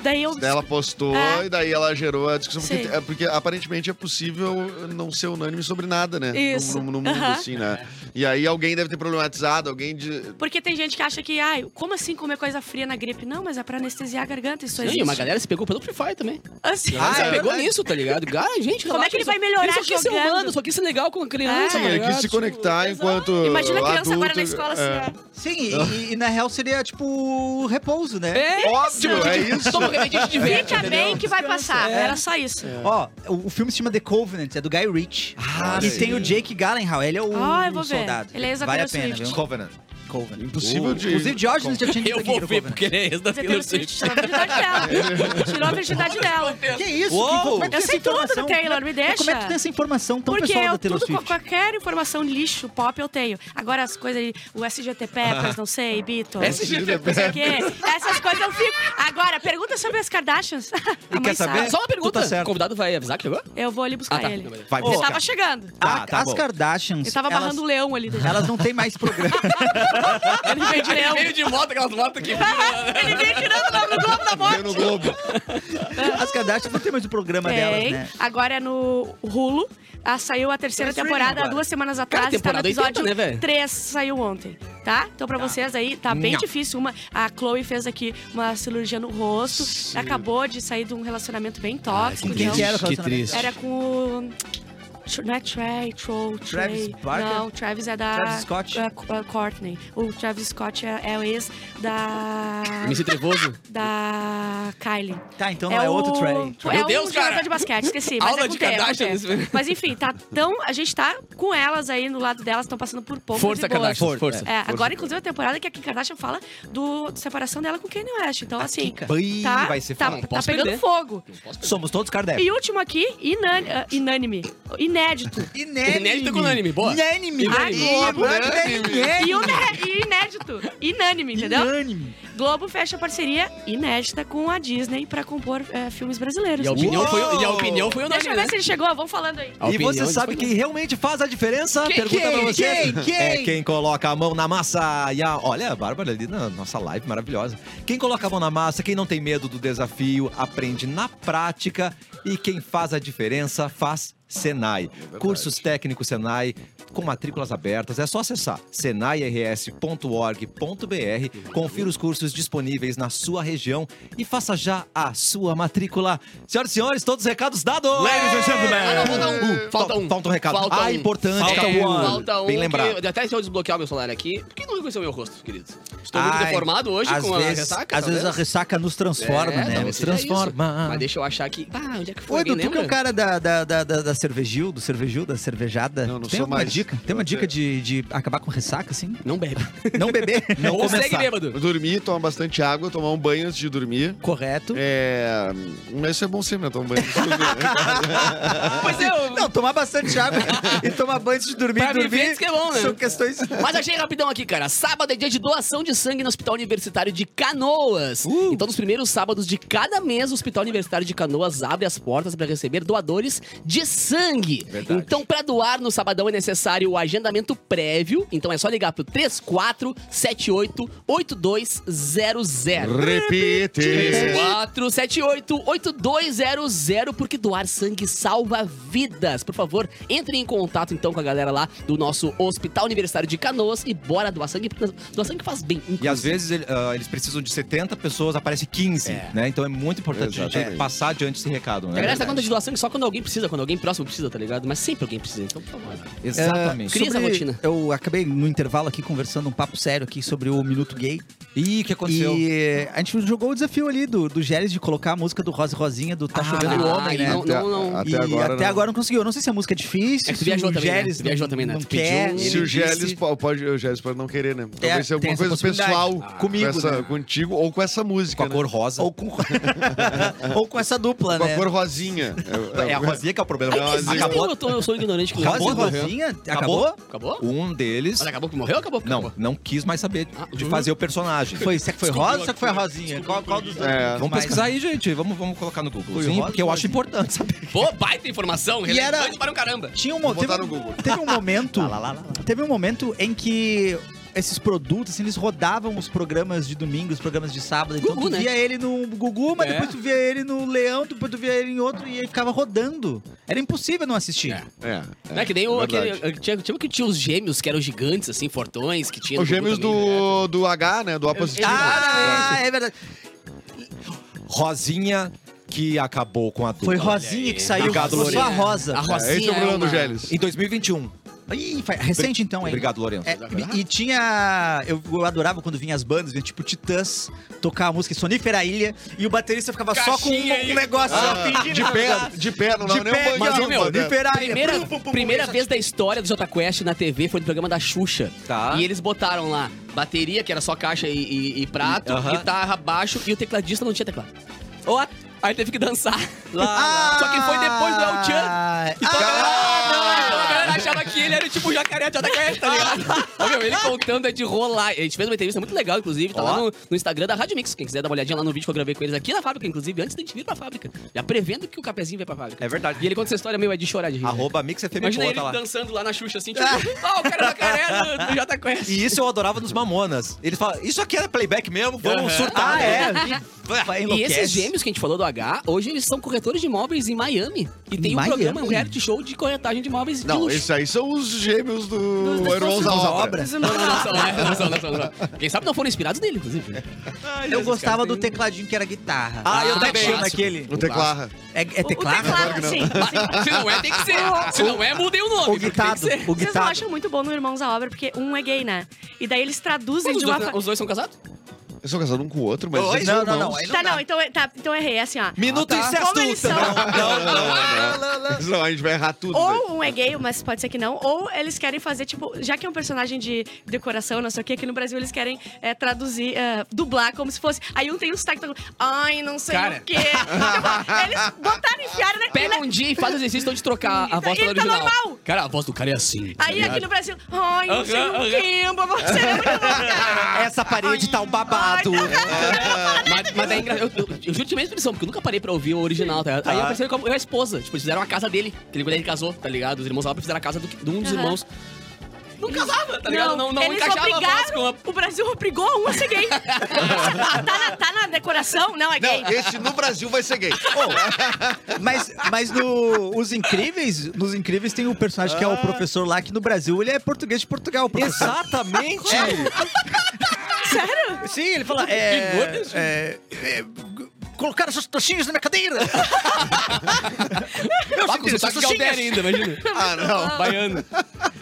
E: Daí eu...
G: Daí Ela postou
E: É.
G: e daí ela gerou a discussão. Porque,
E: Sim.
G: é porque aparentemente é possível não ser unânime sobre nada, né?
E: Isso.
G: No, no- no mundo,
E: Aham.
G: assim, né? E aí alguém deve ter problematizado, alguém de.
E: Porque tem gente que acha que, ai, como assim comer coisa fria na gripe? Não, mas é pra anestesiar a garganta, isso
B: Sim,
E: existe.
B: uma galera se pegou pelo Free Fire também.
E: Assim,
B: Ah,
D: é
B: pegou
D: verdade.
B: nisso, tá ligado? Cara, gente,
E: Como
B: relaxa,
E: é que ele
B: só-
E: vai melhorar
B: Ele só quis ser
E: jogando?
B: humano, só quis ser legal com a criança,
E: É.
B: tá
G: Ele quis
B: ligado?
G: se conectar
B: Tipo,
G: enquanto.
E: Imagina a criança agora na
G: adulto,
E: escola, assim,
G: é.
E: ó.
D: Sim, e, e na real seria tipo repouso, né?
B: É,
G: Óbvio, é isso.
B: Toma um remedinho de verde,
E: Fica bem que vai passar.
D: É.
E: Era só isso.
D: Ó, o, o filme se chama The Covenant, é do Guy Ritchie.
H: Ah,
D: e
G: sim.
D: tem o Jake Gyllenhaal, ele é o
E: Ah, eu vou ver.
D: soldado.
E: Ele é ex-Taylor
D: Vale a pena,
E: Swift.
D: viu?
H: Covenant.
D: Covenant.
G: Impossível de.
D: Inclusive, George não tinha
B: Eu vou ver, porque ele é ex da
E: Mas a
B: Taylor
E: Taylor Swift
B: Swift.
E: tirou a virgindade dela. Tirou a virgindade dela.
D: Que isso?
A: Uou!
D: Que- como é que tem
E: Eu
D: essa
E: sei tudo do
D: informação?
E: Taylor,
D: Como é-
E: me deixa.
D: Como é que tu tem essa informação tão
E: Porque
D: pessoal
E: eu,
D: da Taylor
E: tudo,
D: Swift?
E: qualquer informação lixo, pop, eu tenho. Agora as coisas, aí, o SGT Peppers, não sei, Beatles,
G: SGT
E: não sei o quê. Essas coisas eu fico. Agora, pergunta sobre as Kardashians. A mãe
H: quer saber?
E: sabe.
B: Só uma pergunta,
H: tá certo.
B: o convidado vai avisar que agora?
E: Eu vou ali buscar
B: Ah, tá.
E: ele.
H: Vai,
E: Ele
H: buscar.
E: tava chegando.
H: Tá, tá
D: as
H: bom.
D: Kardashians.
E: Ele tava
D: Ah, elas-
E: barrando o leão ali. Ele
D: Elas não têm mais programa.
E: veio de leão.
B: Meio de moto, aquelas motos que...
E: Ele veio tirando no Globo da Morte.
G: Vê no Globo.
D: As Kardashians não tem mais o programa delas,
E: Tem.
D: né?
E: Agora é no Hulu. Ah, saiu a terceira
D: Tá no
E: temporada há
D: streaming
E: duas semanas atrás. tá no
B: temporada 80,
E: episódio
B: né, velho?
E: 3, saiu ontem. Tá? Então, pra vocês aí, tá bem
H: Não.
E: difícil. Uma, a Chloe fez aqui uma cirurgia no rosto. Acabou de sair de um relacionamento bem tóxico.
D: Quem
E: então-
D: que era o
A: Que
D: relacionamento?
A: triste.
E: Era com o. Tr- Não é Trey, Troll,
D: Travis
E: Trey.
D: Barker?
E: Não, Travis é da.
D: Travis Scott?
E: é, Co- é Courtney. O Travis Scott é, é o ex da.
B: um MC Trevoso.
E: da Kylie.
D: Tá, então não é,
E: o-
D: outro Trey.
E: É
B: Meu
E: um
B: Deus, cara.
E: jogador de basquete, esqueci. Mas
B: Aula
E: é com
B: de
E: T, é com
B: Kardashian
E: T.
B: nesse-
E: Mas enfim, tá tão... A gente tá com elas aí no lado delas, estão passando por pouco.
B: Força, Kardashian, força.
E: É, agora, inclusive, a temporada que a Kim Kardashian fala do, de separação dela com Kanye West. Então, assim,
H: Bem,
E: tá,
H: vai ser
E: tá,
H: foda.
E: tá
B: posso
E: pegando
B: perder.
E: fogo.
H: Somos todos
A: É.
H: Kardec.
E: E último aqui, inan- ah, inânime. Inédito.
D: Inânime.
A: é
B: Inédito com anime, boa.
D: Inânime.
E: Inânime.
G: né,
E: E,
D: Inânime.
E: une- e inédito. Inânime, entendeu?
D: Inânime.
E: Globo fecha parceria inédita com a Disney pra compor eh, filmes brasileiros.
B: E
E: Uh!
B: a opinião
H: Uou!
B: foi, e a opinião foi unânime,
E: Deixa eu ver
B: né?
E: se ele chegou, vamos falando aí.
B: A
H: E
B: opinião
H: você sabe
B: disso
H: quem realmente faz a diferença?
B: Quem,
H: Pergunta
B: quem,
H: pra vocês.
D: quem, quem?
H: É quem coloca a mão na massa. E a- olha a Bárbara ali na nossa live maravilhosa. Quem coloca a mão na massa, quem não tem medo do desafio, aprende na prática. E quem faz a diferença, faz
B: É
H: Senai. Cursos técnicos Senai com matrículas abertas. É só acessar senairs.org.br. Confira os cursos disponíveis na sua região e faça já a sua matrícula. Senhoras e senhores, todos os recados dados!
B: Ladies and gentlemen. Ah, não, falta um.
H: Uh,
B: Falta um.
H: Falta um recado.
B: Falta
H: ah,
B: um.
H: importante.
B: Falta
H: Capu.
B: um. Falta um.
H: Bem
B: que-
H: lembrado.
B: Até se eu desbloquear o meu celular aqui, por que não reconheceu meu rosto, querido? Estou muito
D: Ai,
B: deformado hoje
D: às
B: com a
D: vezes,
B: ressaca.
D: Às vezes a
B: talvez.
D: ressaca nos transforma,
B: É,
D: né?
B: talvez
D: Nos
B: seja
D: transforma.
B: isso. Mas deixa eu achar aqui. Ah, onde é que foi?
D: Oi,
B: Alguém
D: Edu, tu que é
B: lembra?
D: o cara da, da, da, da, da cervejil, do cervejil, da cervejada.
G: Não, não
D: Tem
G: sou
D: alguma
G: mais.
D: dica? Tem uma
G: Eu-
D: dica de, de acabar com ressaca, assim?
B: Não bebe.
D: Não beber, não
B: Ou
D: começar.
B: segue bêbado.
G: Dormir, tomar bastante água, tomar um banho antes de dormir.
D: Correto.
G: É. Mas isso é bom sempre, né? Tomar um banho antes de dormir.
D: Ah,
B: Pois é, eu-
D: Não, tomar bastante água e tomar banho antes de dormir.
B: Pra
D: dormir
B: viver, diz que é bom, né?
D: São questões...
B: Mas achei rapidão aqui, cara. Sábado é dia de doação de sangue no Hospital Universitário de Canoas.
D: Uh!
B: Então, nos primeiros sábados de cada mês, o Hospital Universitário de Canoas abre as portas para receber doadores de sangue.
G: Verdade.
B: Então, para doar no sabadão é necessário o agendamento prévio. Então, é só ligar pro 34788200.
G: É, Repite.
B: 478-8200, porque doar sangue salva vidas. Por favor, entre em contato então com a galera lá do nosso Hospital Universitário de Canoas e bora doar sangue, porque doar sangue faz bem.
H: E às
B: inclusive.
H: vezes ele- ah, eles precisam de 70 pessoas, aparece 15, né? Então é muito importante a gente
G: Exatamente.
H: passar adiante esse recado,
B: Na
H: né?
B: verdade, essa conta de doação é só quando alguém precisa, quando alguém próximo precisa, tá ligado? Mas sempre alguém precisa, então por favor.
H: Exatamente.
B: Cria essa
D: Sobre-
B: rotina.
D: Eu acabei no intervalo aqui conversando um papo sério aqui sobre o Minuto Gay.
H: Ih, o que aconteceu?
D: E eh, a gente jogou o desafio ali do, do Gélis de colocar a música do Rosa e Rosinha, do Tá Chovendo
B: ah,
D: Homem,
B: e
D: né?
B: não- não- não.
G: Até
D: e
G: agora.
D: até
G: não.
D: agora não conseguiu. Eu não sei se a música é difícil.
B: É que tu viajou
D: se o
B: também, né?
D: Gélis
B: Tu viajou também, né?
D: Não
B: Tu pediu
D: quer.
B: um-
G: Se
D: ele
G: o Gélis
D: disse-
G: po- pode, o Gélis pode não querer, né? Talvez seja
D: tem
G: alguma
D: essa
G: coisa
D: possibilidade.
G: pessoal
D: Ah.
G: com
D: Comigo,
G: essa-
D: né?
G: contigo ou com essa música.
H: Com a
G: né?
H: cor rosa.
D: Ou com... Ou com essa dupla,
G: Com
D: né?
G: a cor rosinha. É,
H: É a rosinha que é o problema.
G: Ai, que
H: Acabou.
B: Eu, tô- eu sou ignorante com
D: Rosa e
H: Acabou,
B: isso.
H: morreu.
D: Rosinha?
H: Acabou?
D: Acabou?
B: Acabou?
H: Um deles.
B: Mas acabou que morreu ou acabou que
H: Não,
B: acabou?
H: não quis mais saber
B: Ah,
H: de
B: hum.
H: fazer o personagem.
D: Foi, será é que foi Rosa ou será que foi a Rosinha? Qual, qual dos dois?
G: É.
H: Vamos
D: Mas-
H: pesquisar aí, gente. Vamos, vamos colocar no Google.
D: Foi
H: Sim,
D: rosa,
H: porque eu
D: foi
H: acho
D: rosa.
H: importante saber.
B: Pô, baita informação,
D: E era-
B: relevante para um caramba.
D: Tinha um,
G: Vou
D: mo- teve,
G: botar
D: um-
G: no Google.
D: teve um momento. Teve um momento em que esses produtos, assim, eles rodavam os programas de domingo, os programas de sábado. Então
B: Gugu,
D: tu via ele no Gugu, mas
B: É.
D: depois tu via ele no Leão, depois tu via ele em outro e ele ficava rodando. Era impossível não assistir.
B: É.
G: É, é,
B: Não é que nem o,
G: verdade.
B: aquele, tinha, tinha que tinha os gêmeos, que eram gigantes, assim, fortões, que tinha...
G: Os gêmeos do, do H, né? Do A positivo.
D: Ah, é verdade.
H: Rosinha que acabou com a dupla.
D: Foi Rosinha que saiu.
H: Obrigado,
D: Foi só a
B: Lorena.
D: Rosa.
B: A Rosinha Então,
G: É, esse é o problema do
B: uma-
G: Gélis.
H: Em 2021.
D: Ih, fa- recente então, hein?
H: Obrigado, Lourenço.
D: É, e, e tinha. Eu, eu adorava quando vinha as bandas, vinha tipo Titãs, tocar a música Sonífera Ilha, e o baterista ficava só com
B: Caixinha
D: um,
B: aí.
D: um negócio
G: Ah,
D: assim,
G: de pé, de pé, não dá
D: de
G: nem um
D: pé,
G: banho.
B: né? Mas,
G: não,
B: meu,
G: pô, né?
D: Sonífera Ilha.
B: Primeira, primeira vez da história do Jota Quest na TV foi no programa da Xuxa.
H: Tá.
B: E eles botaram lá bateria, que era só caixa e, e- e prato,
H: Aham.
B: guitarra, baixo, e o tecladista não tinha teclado. Ó, Aí teve que dançar.
D: Ah!
B: Só que foi depois do El Chan. Então, a galera- então a galera achava que ele era tipo o jacaré do Jota Quest, tá ligado? Ó, meu, ele contando é de rolar. A gente fez uma entrevista muito legal, inclusive. Tá lá no, no Instagram da Rádio Mix. Quem quiser dar uma olhadinha lá no vídeo que eu gravei com eles aqui na fábrica, inclusive, antes da gente vir pra fábrica. Já prevendo que o capezinho vai pra fábrica.
H: É verdade.
B: E ele conta essa história meio é de chorar de rir. né?
H: Arroba Mix FM
B: Imagina
H: Boa,
B: ele
H: tá lá.
B: dançando lá na Xuxa, assim, tipo, ah, o cara da caré do, do Jota Quest.
H: E isso eu adorava nos Mamonas. Ele fala, isso aqui era playback mesmo, vamos surtar. né?"
D: Ah, é? Vai,
B: E
D: enlouquece.
B: esses gêmeos que a gente falou do H, hoje eles são corretores de imóveis em Miami. E tem um
D: Miami?
B: programa, um reality show de corretagem de imóveis de
G: Não,
B: luxo.
G: esses aí são os gêmeos do
D: dos
G: Irmãos à
D: Irmãos à
G: Obra.
D: Obra.
B: Não, é não, não, são, né? não, são, não, são, não são. Quem sabe não foram inspirados nele, inclusive. tá,
D: Eu gostava do
B: um-
D: tecladinho que era guitarra.
H: Ah, eu
D: Como é que
H: também.
D: chama
B: Clássico.
D: aquele?
G: O teclado.
D: É, é teclado?
E: O teclado, sim.
B: Mas, se não é, tem que ser. Se não é, mudei o nome.
D: O
B: porque tem que
D: guitado.
B: ser.
D: O
E: Vocês não
D: guitado.
E: acham muito bom no Irmãos à Obra, porque um é gay, né? E daí eles traduzem
B: Mas Os
E: de uma...
B: dois,
E: fa-
B: os dois são casados?
G: Eu sou casado um com o outro, mas.
H: Oi?
G: eles
D: Não,
G: são
D: não, não. Ah,
G: irmãos.
D: aí
E: Tá,
D: dá.
E: não, então, tá, então errei, é assim, ó.
H: Minuto
E: tá.
H: incesto.
E: Como eles são?
H: Não, não, não.
G: Mas Não, a gente vai errar tudo. né?
E: Ou um é gay, mas pode ser que não. Ou eles querem fazer, tipo, já que é um personagem de decoração, não sei o que, aqui no Brasil eles querem é, traduzir, é, dublar como se fosse. Aí um tem um sotaque, todo- ai, não sei
B: Cara.
E: o quê. Tipo, eles botaram, enfiaram, né?
B: Pega um dia e faz o exercício então, de trocar a voz
E: Ele
B: pela
E: tá
B: original.
E: normal.
B: Cara, a voz do cara é assim. tá
E: Aí
B: ligado?
E: aqui no Brasil, ai, não sei
B: Aham,
E: o
B: aham.
E: quê, você é muito louco, cara.
H: Essa parede tá um babado.
B: Mas, mas é engraçado. Eu, eu, eu juro que tive a impressão, porque eu nunca parei pra ouvir o original, tá? ligado? Aí eu percebi como eu e a esposa. Tipo, eles fizeram a casa dele. Que ele, quando ele casou, tá ligado? Os irmãos lá fizeram a casa do, de um dos
E: Aham.
B: irmãos. Não casava, tá ligado? Não, não,
E: eles
B: encaixava a voz
E: obrigaram,
B: com a.
E: O Brasil obrigou um a ser gay. tá, na, tá na decoração? Não, é gay.
G: Não, esse no Brasil vai ser gay.
D: Mas, mas no Os Incríveis, nos Incríveis tem o personagem
H: Ah.
D: que é o professor lá, que no Brasil ele é português de Portugal. o professor. É,
H: Exatamente.
E: Sério?
D: Sim, ele fala. É, é, é, colocaram essas trouxinhas na minha cadeira. Eu
E: É,
B: Ah, com
D: senti essas
B: tá sotaque
D: trouxinhas.
B: de Galdério ainda, imagina.
G: Ah, não.
B: Baiano.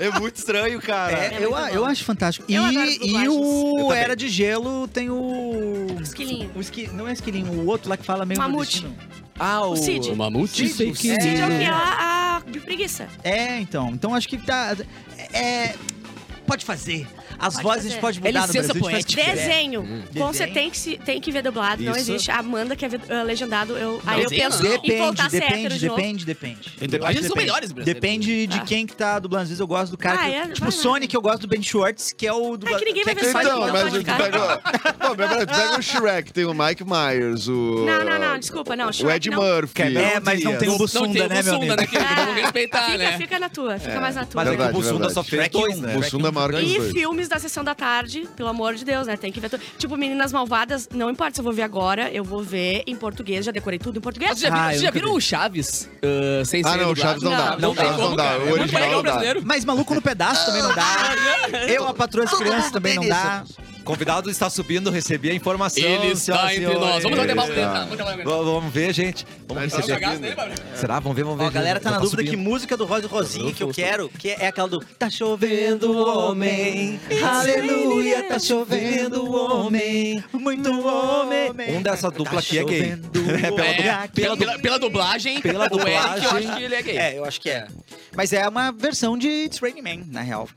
G: É muito estranho, cara.
D: É,
E: É
D: eu,
E: muito
D: a-
E: bom.
D: eu acho fantástico.
E: Eu adoro
D: e, e
E: dublagens. Eu
D: o
G: também.
D: Era de Gelo tem o.
E: Esquilinho.
D: o esqui- não é esquilinho, o outro lá que fala meio.
E: Mamute.
D: nordestino.
A: Ah, o...
E: O Cid.
B: O mamute
D: Cid,
B: sei que
D: o Cid
E: Cid é o
B: não.
E: que? A, a preguiça.
D: É, então. Então acho que tá. É. Pode fazer. As
E: Pode
D: vozes a
E: fazer.
D: gente pode
B: É
D: mudar no
B: licença
D: Brasil, a gente faz o que quiser.
E: Tipo, Desenho.
D: Desenho.
E: Com você tem que, se- tem que ver dublado, não
G: Isso.
E: existe. A Amanda, que é ve- ah, legendado, eu, aí eu
B: Desenho
E: penso
B: não.
E: em
D: Depende,
E: voltar a ser hétero
D: depende,
E: de novo.
D: depende, depende.
B: Depende, Eles são melhores, brasileiros.
D: Depende de
E: Ah.
D: quem que tá dublando. Às vezes eu gosto do cara.
E: Ah,
D: que,
E: é?
D: tipo,
E: Vai
D: o
E: lá.
D: Sonic, eu gosto do Ben Schwartz, que é o do.
E: Ah, que ninguém vai
D: é
E: ver Sonic,
D: faz-
G: Então,
E: não,
G: mas
E: pode
G: tu
E: ficar.
G: pega, Pô, meu brother, tu pega o Shrek, tem o Mike Myers, o.
E: Não, não, não, desculpa, não.
G: O
E: Shrek
G: Ed
E: não. É,
G: Murphy.
D: É, mas não tem o
B: Não, tem
D: Bussunda,
B: o
D: né, meu
B: Bussunda,
D: amigo?
B: né, querido? Vamos respeitar,
E: fica,
B: né?
E: fica na tua, fica mais na tua.
D: Mas é que o
G: Verdade,
D: Bussunda
G: verdade.
D: só fez
H: Shrek
D: dois,
H: um,
D: né?
G: O Bussunda é maior que os
E: E
G: dois.
E: filmes da sessão da tarde, pelo amor de Deus, né? Tem que ver tudo. Tipo, Meninas Malvadas, não importa se eu vou ver agora, eu vou ver em português, já decorei tudo em português.
B: Vocês já, viram-
D: Ah, eu
B: vocês já
D: nunca
B: viram o Chaves? Ah, sem
G: Ah,
B: ser
G: não, o
B: dublado?
G: Chaves não dá.
B: Não,
G: O
B: tem
G: Chaves
B: como,
G: não dá,
B: cara.
G: o
B: É muito
G: original
B: legal
G: não dá.
B: brasileiro.
D: Mas maluco no pedaço também não dá. Eu, a patroa das crianças também não dá.
H: Convidado está subindo, recebi a informação.
B: Ele está
H: senhoras e
B: entre nós.
H: senhores.
B: Vamos bater palma
G: Ele
B: dele,
G: está.
B: tá? Vamos bater palma
H: Vamos vamos ver, gente. Vamos
G: Mas
H: receber.
G: tá
B: dele.
G: subindo.
B: Né, Bárbara?
H: Será? Vamos ver, vamos ver.
D: Ó, a galera tá na
H: Já
D: dúvida que
H: subindo.
D: música do Rod Rosinho que eu quero, que é aquela do Tá chovendo homem, aleluia, tá chovendo homem, muito homem. Tá
H: Um dessa dupla aqui é gay.
D: chovendo
B: É,
D: homem.
B: pela, pela, pela dublagem,
H: Pela
B: o Eric, eu
H: dublagem.
B: acho que ele é gay.
D: É, eu acho que é. Mas é uma versão de It's Raining Man, na real.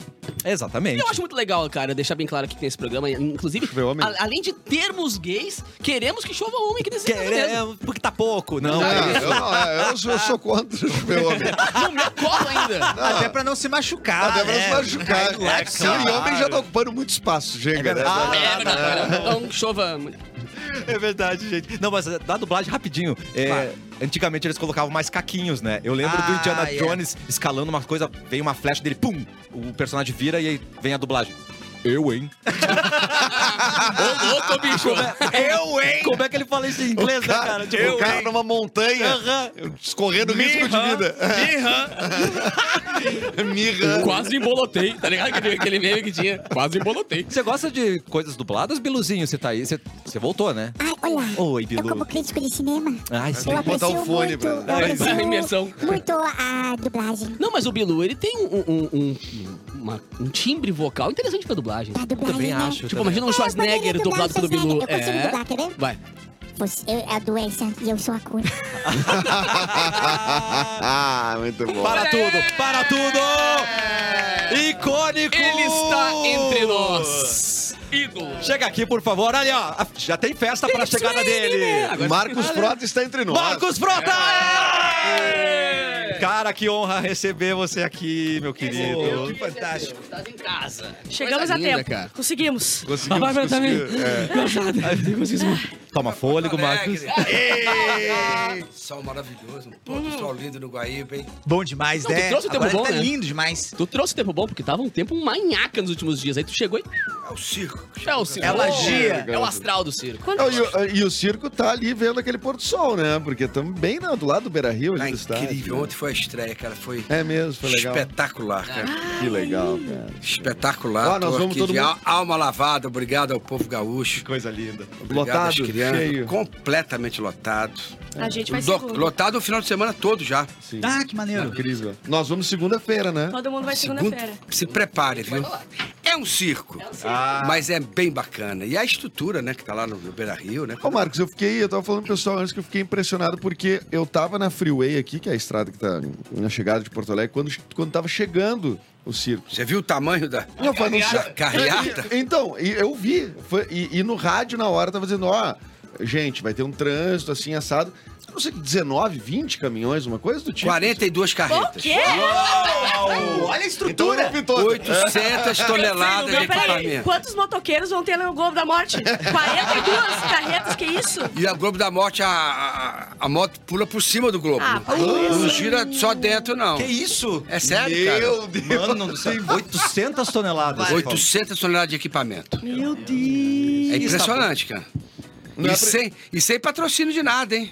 H: Exatamente.
B: Eu acho muito legal, cara, deixar bem claro aqui que tem esse programa. Inclusive,
G: Ver homem.
B: a- além de termos gays, queremos que chova homem que nesse mesmo.
H: Queremos, porque tá pouco. Não,
G: Não,
H: é.
G: eu, não, é, eu sou, eu sou contra o meu homem.
B: No meu colo ainda.
D: Até pra não se machucar.
G: Ah.
E: Ah,
G: Até pra
D: né?
E: é.
G: se machucar. É,
D: Cai do lado,
G: Sim,
D: claro.
G: e homem já tá ocupando muito espaço, chega,
D: Ah,
G: né?
H: verdade.
B: É, verdade, cara. Então chova.
H: É verdade, gente. Não, mas eh, da dublagem, rapidinho. eh, Antigamente eles colocavam mais caquinhos, né? Eu lembro do
D: Ah,
H: Indiana
D: é.
H: Jones escalando uma coisa, vem uma flecha dele, pum! O personagem vira e aí vem a dublagem. Eu, hein?
B: Ô, louco, bicho.
H: Eu, hein? Como é que ele fala isso em
D: Ah,
H: inglês,
G: O cara, tipo, o cara numa montanha, escorrendo risco de vida. Mirra.
B: Quase embolotei, tá ligado? Aquele, aquele meme que tinha. Quase embolotei.
H: Você gosta de coisas dubladas, Biluzinho? Você tá aí, você, você voltou, né?
C: Ai, olá.
H: Oi,
C: Eu, como
H: Bilu.
C: crítico de cinema,
H: Ai,
G: É, Tem
H: sim.
C: eu
G: que botar
C: aprecio
G: o fone,
C: muito,
G: velho.
C: eu aprecio
B: É, imersão.
C: muito a dublagem.
B: Não, mas o Bilu, ele tem um, um, um- uma- um timbre vocal interessante pra dublagem.
C: Da dublagem,
H: Também
C: né?
H: acho.
B: Tipo,
H: também.
B: imagina um
C: poderia
B: Schwarzenegger
C: dublar
B: dublado pelo
C: Schwarzenegger.
B: Bilu.
C: Eu consigo
B: É.
C: dublar, quer ver?
B: Vai.
C: Você é a doença e eu sou a cura.
G: ah, muito bom.
B: É.
H: Para tudo! Para tudo! Icônico!
B: Ele está entre nós. Ídolo.
H: Chega aqui, por favor. Ali, ó. Ah, Já tem festa para a chegada
B: né?
H: dele.
G: Marcos Frota está entre nós.
H: Marcos Frota!
B: É.
H: Cara, que honra receber você aqui, meu querido.
D: Que fantástico.
B: Estás em casa.
E: Chegamos
B: Coisa
E: a
B: linda,
E: tempo.
B: cara.
E: Conseguimos.
G: Conseguimos, conseguimos. É.
H: Toma fôlego, Marcos.
J: Sol maravilhoso, um pôr do sol lindo no Guaíba, hein?
D: Bom demais,
B: Não, tu
D: né?
B: trouxe o tempo
D: Agora
B: bom,
D: tá
B: né?
D: lindo demais.
B: Tu trouxe tempo bom, porque tava um tempo manhaca nos últimos dias. Aí tu chegou e.
J: É o circo.
B: É o circo.
D: É magia.
B: É o astral do circo.
E: Quando-
G: Não, e, o- e o circo tá ali vendo aquele pôr do sol, né? Porque também né, do lado do Beira Rio ali
J: Tá
G: do estádio. né?
J: incrível. Ontem foi a estreia, cara. Foi
G: É mesmo, foi legal.
J: espetacular, cara.
G: Que legal, cara.
J: Espetacular.
G: Ó, nós
J: Tô
G: vamos
J: aqui
G: todo
J: de
G: mundo-
J: al- alma lavada. Obrigado ao povo gaúcho.
H: Coisa linda.
J: Obrigado às
G: Lotado,
J: crianças.
G: cheio.
J: Completamente lotado.
E: A gente vai
J: Do-
E: segunda.
J: Lotado o final de semana todo já.
G: Sim.
D: Ah, que maneiro.
G: Incrível. Nós vamos segunda-feira, né?
E: Todo mundo vai
J: Segundo-
E: segunda-feira.
J: se prepare, viu? É um circo, mas é bem bacana. E a estrutura, né, que tá lá no, no Beira Rio, né?
G: Ô, Marcos, eu fiquei, eu tava falando pro pessoal antes que eu fiquei impressionado porque eu tava na freeway aqui, que é a estrada que tá na chegada de Porto Alegre, quando, quando tava chegando o circo.
J: Você viu o tamanho da
G: Não, foi anunciar.
J: carreata?
G: E- Então, e eu vi. Foi- e, e no rádio, na hora, tava dizendo, ó, gente, vai ter um trânsito assim, assado. Não sei, 19, 20 caminhões, uma coisa do tipo.
J: 42
E: O
J: carretas.
E: quê?
D: Olha a
G: Então
D: estrutura.
G: eu vi toda.
J: 800 toneladas de
E: Não, Tá peraí.
J: equipamento.
E: Quantos motoqueiros vão ter no Globo da Morte? 42 carretas, que isso?
J: E a Globo da Morte, a, a, a moto pula por cima do Globo.
E: Ah, para
J: não gira só dentro, não.
H: Que isso?
J: É sério,
G: Meu Deus.
H: Mano do céu. 800 toneladas.
J: cara? 800 toneladas de equipamento.
E: Meu Deus.
A: tá
J: É impressionante, cara.
G: Não é pre-
J: E sem, e sem patrocínio de nada, hein?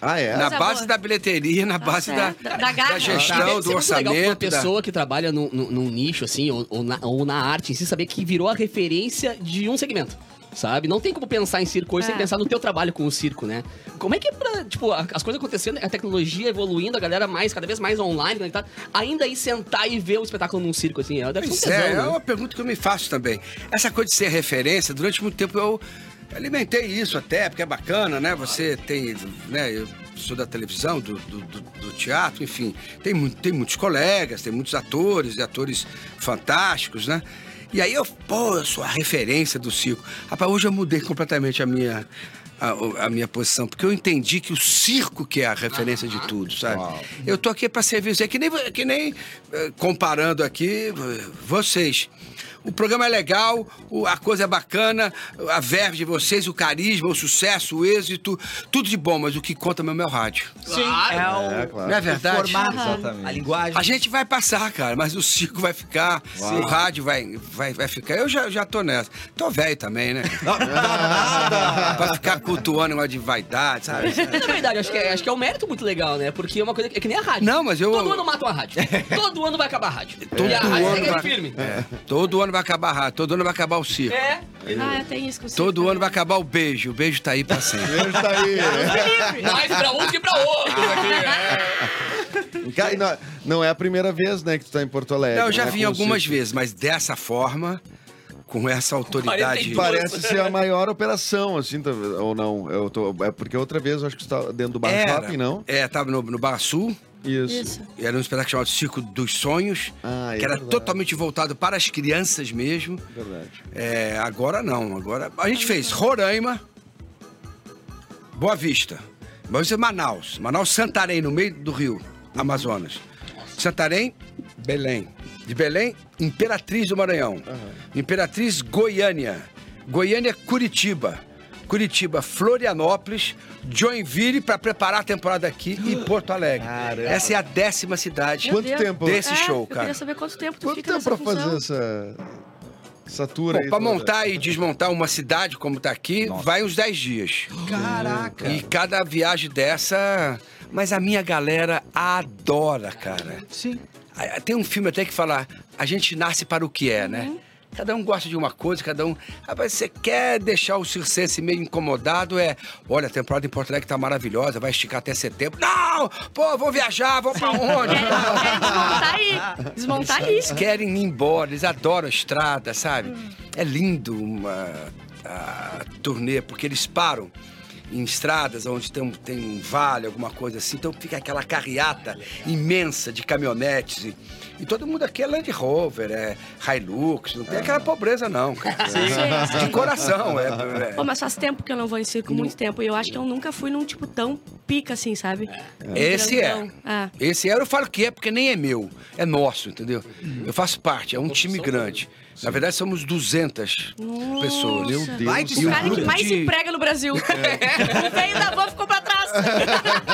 G: Ah, é?
J: Na
E: Coisa
J: base
E: boa.
J: da bilheteria, na base da,
E: certo. É, Ah, Da- da garra.
J: gestão,
B: Deve ser
J: Tá, do
B: é muito legal pra uma
J: orçamento. da-
B: pessoa que trabalha num, num- num nicho, assim, ou, ou na, ou na arte, em si, saber que virou a referência de um segmento. sabe? Não tem como pensar em circo hoje
E: É.
B: sem pensar no teu trabalho com o circo, né? Como é que é pra, tipo, a- as coisas acontecendo, a tecnologia evoluindo, a galera mais, cada vez mais online, conectada, ainda ir sentar e ver o espetáculo num circo, assim, é- deve ser um
J: Pois
B: tesão,
J: é, é
B: né?
J: uma pergunta que eu me faço também. Essa coisa de ser referência, durante muito tempo eu alimentei isso até, porque é bacana, né? Você tem, né? Eu sou da televisão, do, do- do- do teatro, enfim. Tem, mu- tem muitos colegas, tem muitos atores e atores fantásticos, né? E aí eu, pô, eu sou a referência do circo. Rapaz, hoje eu mudei completamente a minha... A, o- a minha posição, porque eu entendi que o circo que é a referência de tudo, sabe? Eu tô aqui para servir, você, que nem, vo- que nem eh, comparando aqui eh, vocês. O programa é legal, o- a coisa é bacana, a verve de vocês, o carisma, o sucesso, o êxito, tudo de bom, mas o que conta mesmo é o rádio.
G: É,
J: Não é
G: claro.
J: verdade?
H: Exatamente.
D: A linguagem.
J: A gente vai passar, cara, mas o circo vai ficar, o rádio vai, vai, vai ficar. Eu já, já tô nessa. Tô velho também, né? pra ficar cultuando negócio de vaidade, sabe?
B: Mas de verdade, acho que, é, acho que é um mérito muito legal, né? Porque é uma coisa que é que nem a rádio.
J: Não, mas eu-
B: Todo ano mata uma rádio. Todo ano vai acabar a rádio.
J: Todo
B: e a rádio
J: ano
B: segue
J: vai-
B: firme.
J: É. Todo ano vai acabar a rádio, todo ano vai acabar o circo.
B: É.
E: Ah, tem isso com o circo
J: Todo ano
E: também.
J: vai acabar o beijo. O beijo tá aí pra sempre.
G: Ele tá aí.
B: Mais pra um que pra outro.
J: Ah,
G: Cara, e não, não é a primeira vez, né, que tu tá em Porto Alegre.
J: Não, eu já
G: né,
J: vim
G: com o
J: algumas
G: circo.
J: vezes, mas dessa forma, com essa autoridade.
B: 42.
G: Parece ser a maior operação, assim, tá- ou não. Eu tô, é porque outra vez eu acho que você tá dentro do bar
J: Era.
G: shopping, não?
J: É, tava no, no Barra Sul.
G: Isso.
E: Isso.
J: E Era um espetáculo chamado Circo dos Sonhos,
G: Ah, é
J: que era
G: verdade.
J: totalmente voltado para as crianças mesmo.
G: Verdade.
J: É, agora não, agora a gente fez Roraima, Boa Vista, Boa Vista é Manaus, Manaus Santarém no meio do Rio Amazonas, Santarém, Belém, de Belém Imperatriz do Maranhão, Imperatriz Goiânia, Goiânia Curitiba, Curitiba Florianópolis, Joinville para preparar a temporada aqui e Porto Alegre. Essa é a décima cidade
G: Quanto tempo?
J: desse
E: É,
J: show,
E: Eu
J: cara.
E: queria saber quanto tempo tu
G: Quanto
E: fica
G: tempo pra
E: nessa função.
G: fazer essa. Essa tour
J: Bom,
G: aí?
J: pra
G: toda?
J: montar e desmontar uma cidade como tá aqui, vai uns 10 dias. Caraca! E cada viagem dessa. Mas a minha galera adora, cara.
D: Sim.
J: Ah, Tem um filme até que fala: a gente nasce para o que é, né? Cada um gosta de uma coisa, cada um. Rapaz, você quer deixar o circense meio incomodado? É, olha, a temporada em Porto Alegre tá maravilhosa, vai esticar até setembro. Não! Pô, vou viajar, vou pra onde?
E: Querem querem desmontar aí. Desmontar Tá aí.
J: Eles querem ir embora, eles adoram a estrada, sabe? É lindo uma a turnê, porque eles param em estradas onde tem um, tem um vale, alguma coisa assim. Então fica aquela carreata imensa de caminhonetes. E, e todo mundo aqui é Land Rover, é Hilux, não tem aquela pobreza não. cara.
E: Sim,
J: De
E: sim.
J: coração, é. é.
E: Pô, mas faz tempo que eu não vou em circo, muito tempo. E eu acho que eu nunca fui num tipo tão pica assim, sabe?
J: Esse é.
E: Grandão. Ah.
J: Esse é, eu falo que é porque nem é meu, é nosso, entendeu? Eu faço parte, é um time grande. Na verdade, somos 200 pessoas.
E: Meu
G: Deus.
J: Vai
E: O cara que mais
J: de- É.
E: emprega no Brasil. O veio da van ficou pra trás.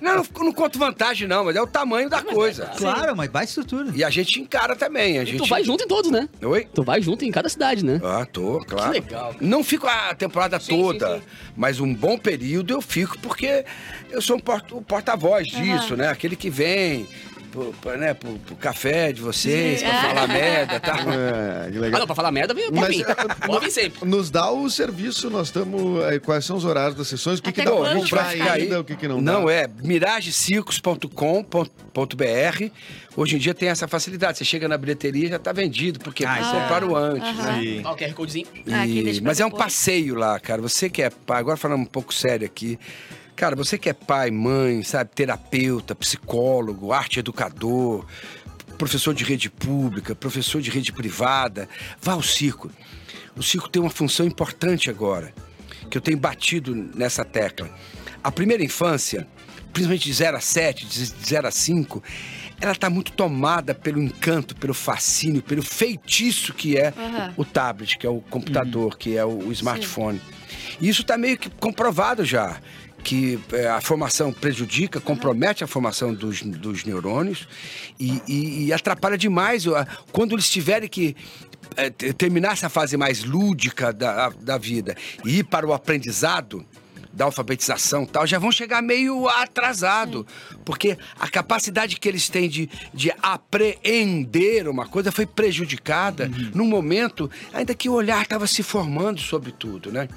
J: Não, não, não conto vantagem, não, mas é o tamanho da coisa.
D: Claro, mas vai estrutura.
J: E a gente encara também. A
B: E
J: gente...
B: tu vai junto em todos, né?
J: Oi?
B: Tu vai junto em cada cidade, né?
J: Ah, tô, claro.
B: Que legal.
J: Não fico a temporada
B: Sim,
J: toda,
B: sim,
J: mas um bom período eu fico porque eu sou um porta- o porta-voz disso, né? Aquele que vem pro, pro- né, pro- pro café de vocês, pra falar merda tá? e tal.
G: É, que
B: Ah, não,
G: legal.
B: pra falar merda, vem, pode
G: Mas, ah,
B: vir. Pode vir sempre.
G: Nos dá o serviço, nós estamos. aí, Quais são os horários das sessões? O que, que
J: Então,
E: Até
G: dá
E: quando
G: pra
E: vai
G: comprar
E: ficar
G: ainda? O que, que não,
J: Não
G: dá?
J: é miragecircos.com.br. Hoje em dia tem essa facilidade. Você chega na bilheteria e já tá vendido, porque
D: Ah, isso é.
J: compraram antes. né?
B: Ó, o QR Codezinho.
E: Ah, quem
J: E-
E: deixa pra
J: Mas é um
E: depois.
J: passeio lá, cara. Você que é pai, agora falando um pouco sério aqui. Cara, você que é pai, mãe, sabe, terapeuta, psicólogo, arte educador, professor de rede pública, professor de rede privada, vá ao circo. O circo tem uma função importante agora, que eu tenho batido nessa tecla. A primeira infância, principalmente de 0 a 7, de 0 a 5, ela está muito tomada pelo encanto, pelo fascínio, pelo feitiço que é
E: Aham.
J: o tablet, que é o computador, que é o, o smartphone. E isso está meio que comprovado já, que é, a formação prejudica, compromete a formação dos, dos neurônios e, e- e atrapalha demais. ó, Quando eles tiverem que é, te- terminar essa fase mais lúdica da, a- da vida e ir para o aprendizado, da alfabetização e tal, já vão chegar meio atrasado. Porque a capacidade que eles têm de, de apreender uma coisa foi prejudicada num momento ainda que o olhar estava se formando sobre tudo, né?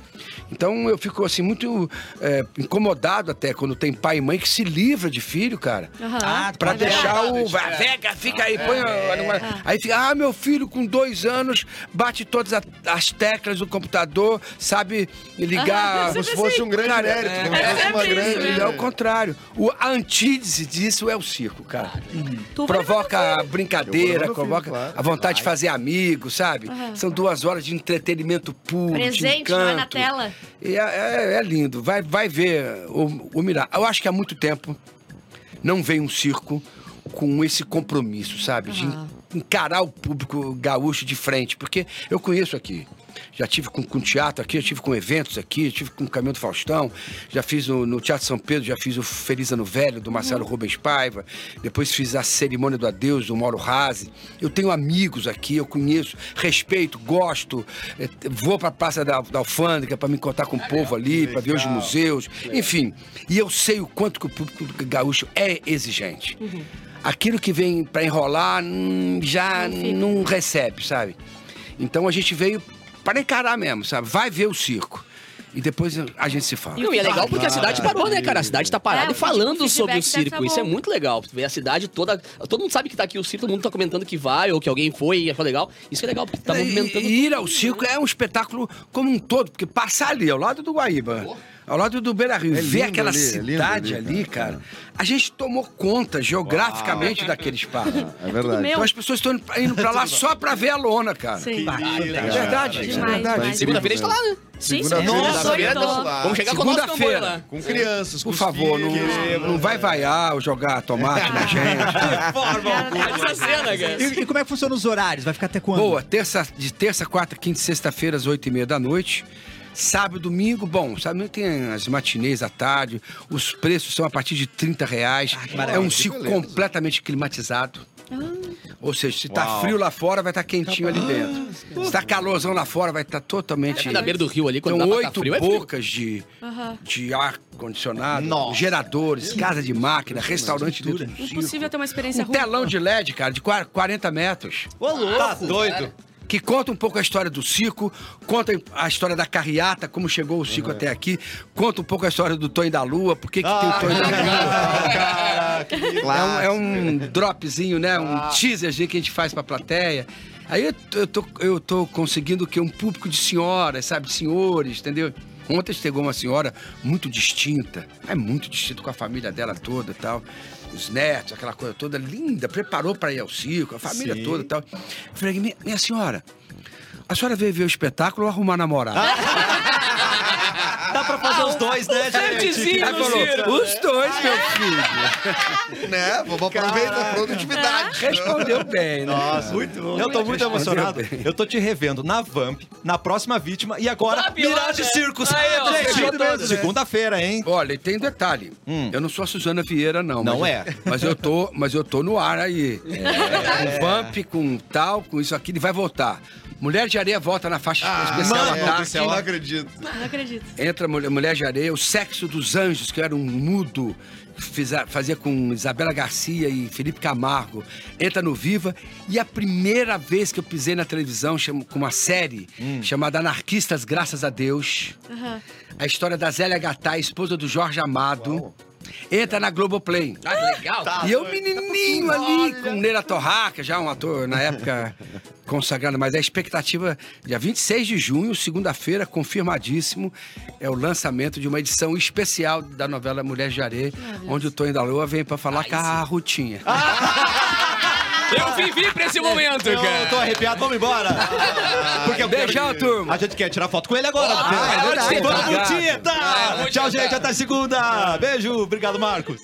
J: Então eu fico assim muito é, incomodado até quando tem pai e mãe que se livra de filho, cara.
E: Aham.
D: Ah,
J: Pra
D: É
J: deixar
D: verdade,
J: o. Vai, Vega, fica aí, põe. a- numa- Aí fica, ah, meu filho com dois anos bate todas a- as teclas do computador, sabe
E: Ah,
J: ligar.
G: Como
E: tá
G: se fosse um grande
J: Cara,
G: mérito,
J: é,
G: como se
E: é
G: fosse uma
E: sempre isso,
G: grande...
E: né?
J: é o contrário. O, a antítese disso é o circo, cara.
E: Tu vai
J: Provoca a
G: Eu vou
J: brincadeira,
G: no filme,
J: provoca
G: claro.
J: a vontade de fazer amigo, sabe? São duas horas de entretenimento puro. de
E: Presente,
J: encanto.
E: não é na tela.
J: E é, é- é lindo. Vai, vai ver o, o Mirá. Eu acho que há muito tempo não vem um circo com esse compromisso, sabe? De
E: Ah.
J: encarar o público gaúcho de frente. Porque eu conheço aqui. Já tive com, com teatro aqui, já tive com eventos aqui, já tive com o Caminho do Faustão, já fiz no, no Teatro São Pedro, já fiz o Feliz Ano Velho, do Marcelo Rubens Paiva, depois fiz a Cerimônia do Adeus, do Mauro Razzi. Eu tenho amigos aqui, eu conheço, respeito, gosto, eh, vou pra Praça da, da Alfândega para me encontrar com o povo ali, para ver os museus, enfim. E eu sei o quanto que o público gaúcho é exigente. Aquilo que vem para enrolar hum, já não recebe, sabe? Então a gente veio para encarar mesmo, sabe? Vai ver o circo. E depois a gente se fala.
B: Não, e é legal porque a cidade parou, né, cara? A cidade tá parada
E: É,
B: e falando
E: o
B: sobre o
E: feedback
B: circo.
E: dessa
B: Isso é
E: bom.
B: muito legal. Tu vê a cidade toda. Todo mundo sabe que tá aqui o circo, todo mundo tá comentando que vai ou que alguém foi e achou legal. Isso que é legal, porque tá
J: E-
B: movimentando.
J: E ir
E: né?
J: ao circo é um espetáculo como um todo, porque passar ali, ao lado do Guaíba, ao lado do Beira Rio,
G: É
J: ver
G: lindo
J: aquela
G: ali, é lindo
J: cidade
G: ali,
J: ali,
G: cara.
J: cara, a gente tomou conta geograficamente daquele espaço.
G: É verdade.
E: meu.
J: Então as pessoas estão indo pra- indo pra lá só pra ver a lona, cara.
E: Sim.
J: Ah, É
G: Cara,
J: verdade, é
E: Demais,
J: verdade.
E: demais.
B: Segunda-feira a gente tá lá, né?
E: Sim, sim.
G: Segunda-feira.
E: Nossa,
G: Segunda-feira
E: olha,
G: vamos lá.
B: Vamos chegar com o nosso comboio
J: Ah, Segunda-feira.
B: lá.
G: Com crianças, com
J: Por favor, não,
G: filhos. né?
J: não vai vaiar ou jogar tomate
E: Ah.
J: na gente.
B: Essa cena, cara.
D: E, e como é que funciona os horários? Vai ficar até quando?
J: Boa, terça, de terça, quarta, quinta e sexta-feira, às oito e meia da noite. Sábado, domingo, bom, sábado tem as matinês à tarde, os preços são a partir de 30 reais.
B: Ah,
J: é um circo completamente climatizado.
B: Ah.
J: Ou seja, se tá frio lá fora, vai estar quentinho ali dentro. Se tá calorzão lá fora, vai estar totalmente...
B: É na beira do rio ali, quando
J: Então,
B: dá pra tá
J: oito
B: frio, é frio.
J: bocas de, de ar-condicionado, geradores, casa de máquina, restaurante dentro do circo.
E: Impossível ter uma experiência
J: Um
E: é ruim.
J: telão de LED, cara, de 40 metros
A: Ô, louco. Tá doido.
J: que conta um pouco a história do circo, conta a história da carreata, como chegou o circo até aqui, conta um pouco a história do Tonho da Lua, por que, que tem o Tonho da Lua. É um, é um dropzinho, né? Um teaserzinho que a gente faz pra plateia. Aí eu, t- eu tô, eu tô conseguindo que um público de senhoras, sabe? De senhores, entendeu? Ontem chegou uma senhora muito distinta, é muito distinta com a família dela toda e tal. Os netos, aquela coisa toda linda, preparou pra ir ao circo, a família toda e tal. Eu falei, minha, minha senhora, a senhora veio ver o espetáculo ou arrumar namorado?
A: Dá pra fazer os dois, né, gente?
J: Ela falou, os dois, meu filho.
G: Né? Vamos aproveitar a produtividade.
J: Respondeu bem, né?
A: Nossa, muito bom. Eu tô muito
J: Respondeu
A: emocionado.
J: bem.
H: Eu tô te revendo na Vamp, na próxima vítima e agora
B: Ah, pior,
A: é?
H: Mirage
B: né?
H: Circus.
B: Aí, ó,
H: Gente,
B: fechou todas, né?
H: Segunda-feira, hein?
J: Olha, e tem um detalhe. Eu não sou a Suzana Vieira, não.
H: Hum. Não
J: mas-
H: é.
J: Mas eu tô, mas eu tô no ar aí. Com Vamp, com tal, com isso aqui, ele vai voltar. Mulher de Areia volta na faixa
H: Ah,
J: especial
G: Mano do céu,
J: ataque.
G: Ah, não acredito.
E: Não acredito.
J: Entra Mulher, Mulher de Areia, o Sexo dos Anjos, que era um mudo, que fiza- fazia com Isabela Garcia e Felipe Camargo. Entra no Viva. E a primeira vez que eu pisei na televisão chamo- com uma série
H: Hum.
J: chamada Anarquistas Graças a Deus. A história da Zélia Gatá, esposa do Jorge Amado. Entra na Globoplay.
B: Ah, que legal.
J: E eu, menininho ali, com Neira Torraca, já um ator na época consagrado, mas a expectativa, dia 26 de junho, segunda-feira, confirmadíssimo, é o lançamento de uma edição especial da novela Mulher de Areia, onde o Tonho da Lua vem pra falar com a Rutinha.
B: Eu vivi pra esse momento,
A: Eu tô
B: cara.
A: arrepiado, vamos embora. Porque eu quero
J: Beijão,
A: que-
J: turma!
A: A gente quer tirar foto com ele agora. Ah,
B: é verdade.
A: Vamos,
B: Obrigado.
A: Tieta!
B: É, muito
A: tá? Tchau, gente.
B: obrigado.
A: Até segunda. Beijo. Obrigado, Marcos.